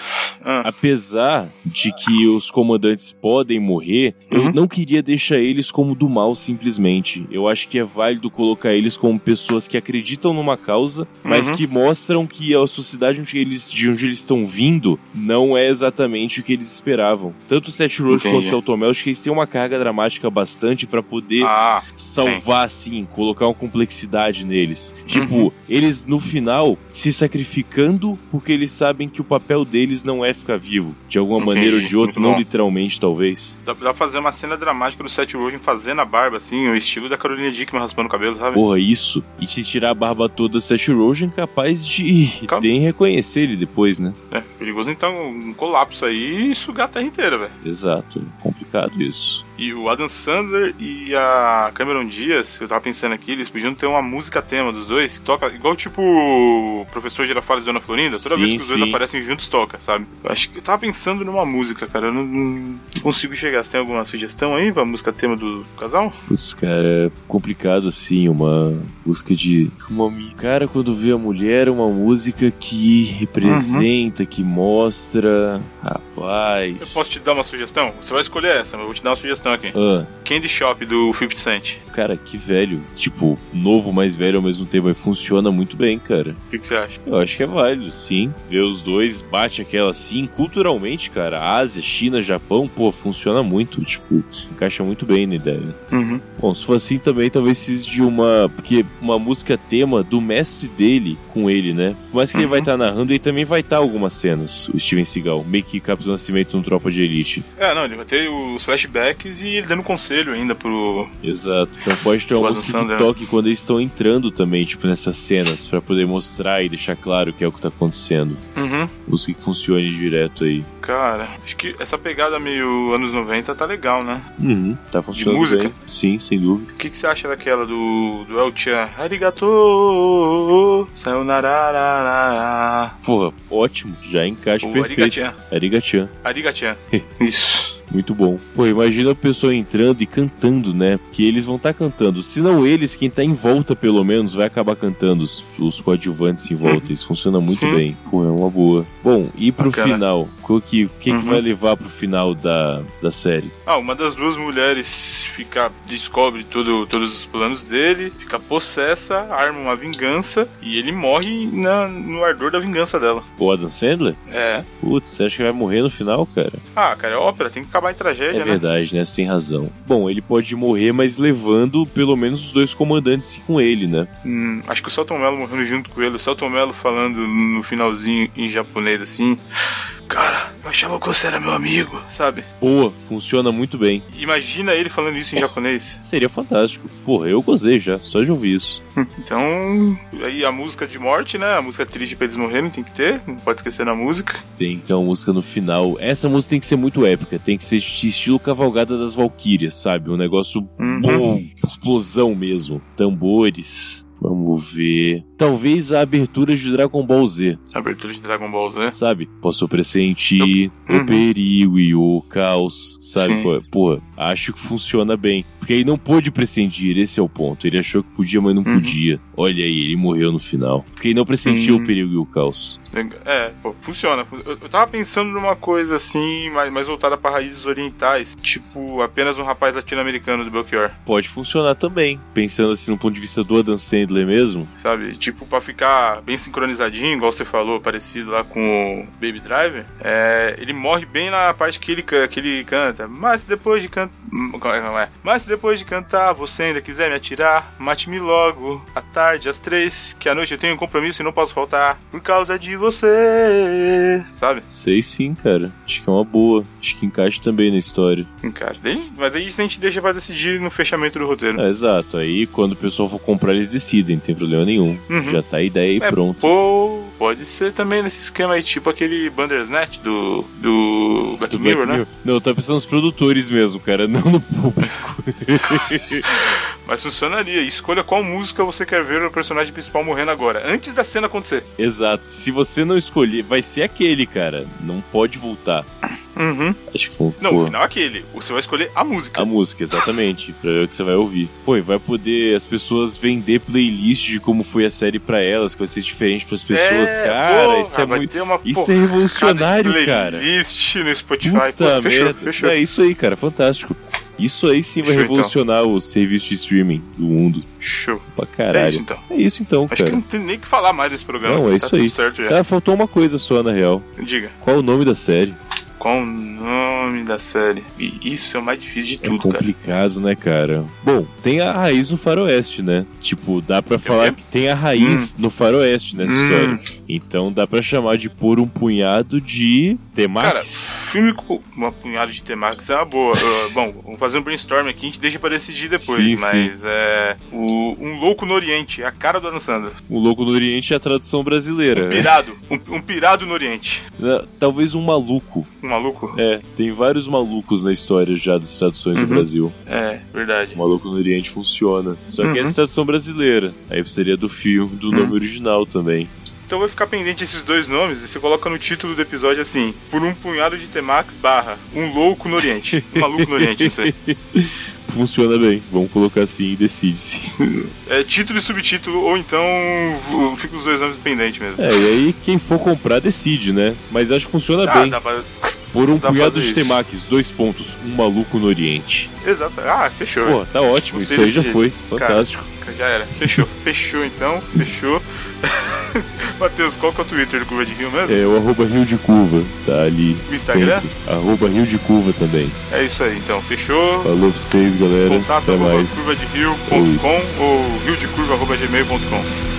[SPEAKER 2] Ah,
[SPEAKER 1] Apesar de que os comandantes podem morrer,
[SPEAKER 2] Uhum.
[SPEAKER 1] eu não queria deixar eles como do mal simplesmente. Eu acho que é válido colocar eles como pessoas que acreditam numa causa, mas
[SPEAKER 2] Uhum.
[SPEAKER 1] que mostram que a sociedade onde eles, de onde eles estão vindo não é exatamente o que eles esperavam. Tanto o Seth Rogen
[SPEAKER 2] Entendi.
[SPEAKER 1] quanto o São Tomé, eu acho que eles têm uma carga dramática bastante pra poder
[SPEAKER 2] ah,
[SPEAKER 1] salvar assim, colocar uma complexidade neles. Tipo, eles no final se sacrificando porque eles sabem que o papel deles não é ficar vivo, de alguma
[SPEAKER 2] Entendi,
[SPEAKER 1] maneira ou de outra,
[SPEAKER 2] muito
[SPEAKER 1] não
[SPEAKER 2] bom.
[SPEAKER 1] literalmente talvez.
[SPEAKER 2] dá pra fazer uma cena dramática do Seth Rogen fazendo a barba, assim, o estilo da Carolina Dickman raspando o cabelo, sabe?
[SPEAKER 1] Porra, isso. E se tirar a barba toda, Seth Rogen capaz de
[SPEAKER 2] Calma.
[SPEAKER 1] nem reconhecer ele depois, né?
[SPEAKER 2] É, perigoso então um colapso aí e sugar a terra inteira, velho.
[SPEAKER 1] Exato. Complicado isso.
[SPEAKER 2] E o Adam Sandler e a Cameron Diaz, eu tava pensando aqui, eles podiam ter uma música tema dos dois, que toca igual tipo o professor Girafales e Dona Florinda, toda
[SPEAKER 1] Sim,
[SPEAKER 2] vez que os dois
[SPEAKER 1] sim.
[SPEAKER 2] aparecem juntos toca, sabe? Eu acho que eu tava pensando numa música, cara, eu não, não consigo chegar. Você tem alguma sugestão aí pra música tema do casal?
[SPEAKER 1] Putz, cara, é complicado assim, uma busca de. Uma... mi- Cara, quando vê a mulher, uma música que representa, que mostra. Rapaz.
[SPEAKER 2] Eu posso te dar uma sugestão? Você vai escolher essa, mas eu vou te dar uma sugestão questão aqui.
[SPEAKER 1] Ah,
[SPEAKER 2] Candy Shop do 50 Cent.
[SPEAKER 1] cara, que velho. Tipo, novo, mas velho ao mesmo tempo. Mas funciona muito bem, cara.
[SPEAKER 2] O que, que você acha?
[SPEAKER 1] Eu acho que é válido, sim. Ver os dois, bate aquela assim, culturalmente, cara. Ásia, China, Japão, pô, funciona muito. Tipo, encaixa muito bem na ideia.
[SPEAKER 2] Uhum.
[SPEAKER 1] Bom, se for assim também, talvez precise de uma. Porque uma música tema do mestre dele com ele, né? Por mais que ele
[SPEAKER 2] Uhum.
[SPEAKER 1] vai estar narrando, ele também vai estar algumas cenas, o Steven Seagal. Meio que Capitão Nascimento no Tropa de Elite.
[SPEAKER 2] É, não, ele vai ter os flashbacks e ele dando conselho ainda pro.
[SPEAKER 1] Exato. Então pode ter uma
[SPEAKER 2] Adam
[SPEAKER 1] música que
[SPEAKER 2] Sandler.
[SPEAKER 1] toque quando eles estão entrando também, tipo, nessas cenas, pra poder mostrar e deixar claro o que é o que tá acontecendo.
[SPEAKER 2] Uhum.
[SPEAKER 1] Música que funcione direto aí.
[SPEAKER 2] Cara, acho que essa pegada meio anos 90 tá legal, né?
[SPEAKER 1] Uhum, tá funcionando
[SPEAKER 2] música?
[SPEAKER 1] bem. Sim, sem dúvida.
[SPEAKER 2] O que, que você acha daquela do, do El Chan? Arigato! Sayonara!
[SPEAKER 1] Porra, ótimo. Já encaixa
[SPEAKER 2] O
[SPEAKER 1] perfeito.
[SPEAKER 2] Arigachan.
[SPEAKER 1] Arigachan.
[SPEAKER 2] Arigachan. [laughs] Isso.
[SPEAKER 1] Muito bom. Pô, imagina a pessoa entrando e cantando, né? Que eles vão estar cantando. Se não eles, quem tá em volta, pelo menos, vai acabar cantando. Os, os coadjuvantes em volta. Isso funciona muito
[SPEAKER 2] Sim.
[SPEAKER 1] bem. Pô, é uma boa. Bom, e pro
[SPEAKER 2] Bacana.
[SPEAKER 1] final? O que, o que,
[SPEAKER 2] Uhum.
[SPEAKER 1] que vai levar pro final da, da série?
[SPEAKER 2] Ah, uma das duas mulheres fica, descobre todo, todos os planos dele, fica possessa, arma uma vingança e ele morre na- no ardor da vingança dela.
[SPEAKER 1] O Adam Sandler?
[SPEAKER 2] É.
[SPEAKER 1] Putz, você acha que vai morrer no final, cara?
[SPEAKER 2] Ah, cara, é ópera, tem que acabar em tragédia,
[SPEAKER 1] É
[SPEAKER 2] né?
[SPEAKER 1] verdade, né? Você tem razão. Bom, ele pode morrer, mas levando pelo menos os dois comandantes com ele, né?
[SPEAKER 2] Hum, acho que o Celton Mello morrendo junto com ele, o Celton Mello falando no finalzinho em japonês assim. Cara, eu achava que você era meu amigo, sabe?
[SPEAKER 1] Boa, funciona muito bem.
[SPEAKER 2] Imagina ele falando isso em japonês.
[SPEAKER 1] Seria fantástico. Porra, eu gozei já, só de ouvir isso.
[SPEAKER 2] Então, aí a música de morte, né? A música triste pra eles morrerem tem que ter, não pode esquecer na música.
[SPEAKER 1] Tem então a música no final. Essa música tem que ser muito épica, tem que ser de estilo Cavalgada das Valquírias, sabe? Um negócio
[SPEAKER 2] Uhum.
[SPEAKER 1] bom, explosão mesmo. Tambores. Vamos ver. Talvez a abertura de Dragon Ball Z,
[SPEAKER 2] Abertura de Dragon Ball Z.
[SPEAKER 1] sabe? Posso pressentir
[SPEAKER 2] É. Uhum.
[SPEAKER 1] o perigo e o caos, sabe?
[SPEAKER 2] Sim.
[SPEAKER 1] Pô, Porra, acho que funciona bem. Porque ele não pôde pressentir, esse é o ponto. Ele achou que podia, mas não
[SPEAKER 2] Uhum.
[SPEAKER 1] podia. Olha aí, ele morreu no final. Porque ele não pressentiu
[SPEAKER 2] Uhum.
[SPEAKER 1] o perigo e o caos.
[SPEAKER 2] É, pô, funciona. Eu, eu tava pensando numa coisa assim, mais, mais voltada pra raízes orientais, tipo apenas um rapaz latino-americano do Belchior,
[SPEAKER 1] pode funcionar também. Pensando assim no ponto de vista do Adam Sandler mesmo.
[SPEAKER 2] sabe? Tipo, pra ficar bem sincronizadinho, igual você falou, parecido lá com o Baby Driver, é, ele morre bem na parte que ele, can- que ele canta. Mas depois de hum, cantar. é, Mas depois de cantar, você ainda quiser me atirar, mate-me logo, à tarde, às três, que à noite eu tenho um compromisso e não posso faltar, por causa de você, sabe?
[SPEAKER 1] Sei sim, cara. Acho que é uma boa. Acho que encaixa também na história.
[SPEAKER 2] Cara, desde- mas aí a gente deixa pra decidir no fechamento do roteiro.
[SPEAKER 1] É, exato. Aí quando o pessoal for comprar, eles decidem, não tem problema nenhum.
[SPEAKER 2] Uhum.
[SPEAKER 1] Já tá a ideia aí
[SPEAKER 2] É,
[SPEAKER 1] pronto.
[SPEAKER 2] Ou pode ser também nesse esquema aí, tipo aquele Bandersnatch do, do Black
[SPEAKER 1] Do Black
[SPEAKER 2] Mirror, né?
[SPEAKER 1] Mirror. Não, eu tava pensando nos produtores mesmo, cara, [laughs] não no público.
[SPEAKER 2] Mas funcionaria. Escolha qual música você quer ver o personagem principal morrendo agora, antes da cena acontecer.
[SPEAKER 1] Exato. Se você não escolher, vai ser aquele, cara. Não pode voltar.
[SPEAKER 2] Uhum.
[SPEAKER 1] Acho que foi um
[SPEAKER 2] Não,
[SPEAKER 1] pô,
[SPEAKER 2] o final é aquele. Você vai escolher a música.
[SPEAKER 1] A música, exatamente, pra ver o que você vai ouvir. Pô, e vai poder as pessoas vender playlist de como foi a série pra elas, que vai ser diferente pras pessoas.
[SPEAKER 2] É,
[SPEAKER 1] cara,
[SPEAKER 2] porra,
[SPEAKER 1] isso é
[SPEAKER 2] vai
[SPEAKER 1] muito.
[SPEAKER 2] ter uma
[SPEAKER 1] Isso
[SPEAKER 2] porrada
[SPEAKER 1] é
[SPEAKER 2] de
[SPEAKER 1] revolucionário, cara.
[SPEAKER 2] playlist no Spotify.
[SPEAKER 1] Puta
[SPEAKER 2] Pô, fechou,
[SPEAKER 1] merda.
[SPEAKER 2] fechou.
[SPEAKER 1] É isso aí, cara, fantástico. Isso aí sim vai
[SPEAKER 2] Fechou, então.
[SPEAKER 1] revolucionar o serviço de streaming do mundo.
[SPEAKER 2] Show.
[SPEAKER 1] Pra
[SPEAKER 2] É isso
[SPEAKER 1] caralho.
[SPEAKER 2] então.
[SPEAKER 1] É isso então,
[SPEAKER 2] Acho que
[SPEAKER 1] cara.
[SPEAKER 2] não tem nem o que falar mais desse programa.
[SPEAKER 1] Não, é
[SPEAKER 2] tá
[SPEAKER 1] isso aí.
[SPEAKER 2] Tudo certo já.
[SPEAKER 1] Ah, faltou uma coisa só, na real.
[SPEAKER 2] Diga.
[SPEAKER 1] Qual o nome da série?
[SPEAKER 2] Qual o nome da série? E isso é o mais difícil de
[SPEAKER 1] É
[SPEAKER 2] tudo, cara.
[SPEAKER 1] complicado, né, cara? Bom, tem a raiz no faroeste, né? Tipo, dá pra falar
[SPEAKER 2] quê?
[SPEAKER 1] que tem a raiz
[SPEAKER 2] Hum.
[SPEAKER 1] no faroeste nessa história. Então dá pra chamar de pôr um punhado de temakis.
[SPEAKER 2] filme com uma punhada de temáticas é uma boa. Eu- bom, vamos fazer um brainstorm aqui, a gente deixa pra decidir depois.
[SPEAKER 1] Sim,
[SPEAKER 2] mas é. O, um Louco no Oriente, é a cara do Adam Sandler.
[SPEAKER 1] O Louco no Oriente é a tradução brasileira.
[SPEAKER 2] Um
[SPEAKER 1] né?
[SPEAKER 2] pirado, um, um pirado no Oriente.
[SPEAKER 1] Na- Talvez um maluco.
[SPEAKER 2] Um maluco?
[SPEAKER 1] É, tem vários malucos na história já das traduções
[SPEAKER 2] Uhum.
[SPEAKER 1] do Brasil.
[SPEAKER 2] É,
[SPEAKER 1] O
[SPEAKER 2] verdade.
[SPEAKER 1] Maluco no Oriente funciona. Só que
[SPEAKER 2] Uhum. Hum.
[SPEAKER 1] essa é tradução brasileira. Aí seria do filme, do nome original também.
[SPEAKER 2] Então vai ficar pendente esses dois nomes e você coloca no título do episódio assim: Por um punhado de temáticas, barra, um louco no Oriente. Um maluco no Oriente,
[SPEAKER 1] [laughs]
[SPEAKER 2] não sei.
[SPEAKER 1] Funciona bem. Vamos colocar assim e decide-se.
[SPEAKER 2] É título e subtítulo, ou então v- fica os dois nomes pendentes mesmo.
[SPEAKER 1] É, e aí quem for comprar decide, né? Mas acho que funciona
[SPEAKER 2] Ah,
[SPEAKER 1] bem.
[SPEAKER 2] dá pra...
[SPEAKER 1] Por um
[SPEAKER 2] Dá pra
[SPEAKER 1] punhado
[SPEAKER 2] fazer
[SPEAKER 1] de
[SPEAKER 2] isso.
[SPEAKER 1] temakis, dois pontos. Um maluco no Oriente.
[SPEAKER 2] Exato. Ah, fechou.
[SPEAKER 1] Pô, tá ótimo,
[SPEAKER 2] Gostei
[SPEAKER 1] isso aí
[SPEAKER 2] desse
[SPEAKER 1] já
[SPEAKER 2] jeito.
[SPEAKER 1] foi.
[SPEAKER 2] Cara.
[SPEAKER 1] Fantástico.
[SPEAKER 2] Já era. Fechou. Fechou então. Fechou. [laughs] Matheus, qual que é o Twitter do Curva de Rio mesmo?
[SPEAKER 1] É o arroba Rio de Curva, tá ali.
[SPEAKER 2] O Instagram?
[SPEAKER 1] sempre. Arroba Rio de Curva também.
[SPEAKER 2] É, isso aí então. Fechou.
[SPEAKER 1] Falou pra vocês, galera.
[SPEAKER 2] Contato
[SPEAKER 1] Até
[SPEAKER 2] arroba
[SPEAKER 1] mais.
[SPEAKER 2] curva de rio.com ou riodecurva.gmail.com.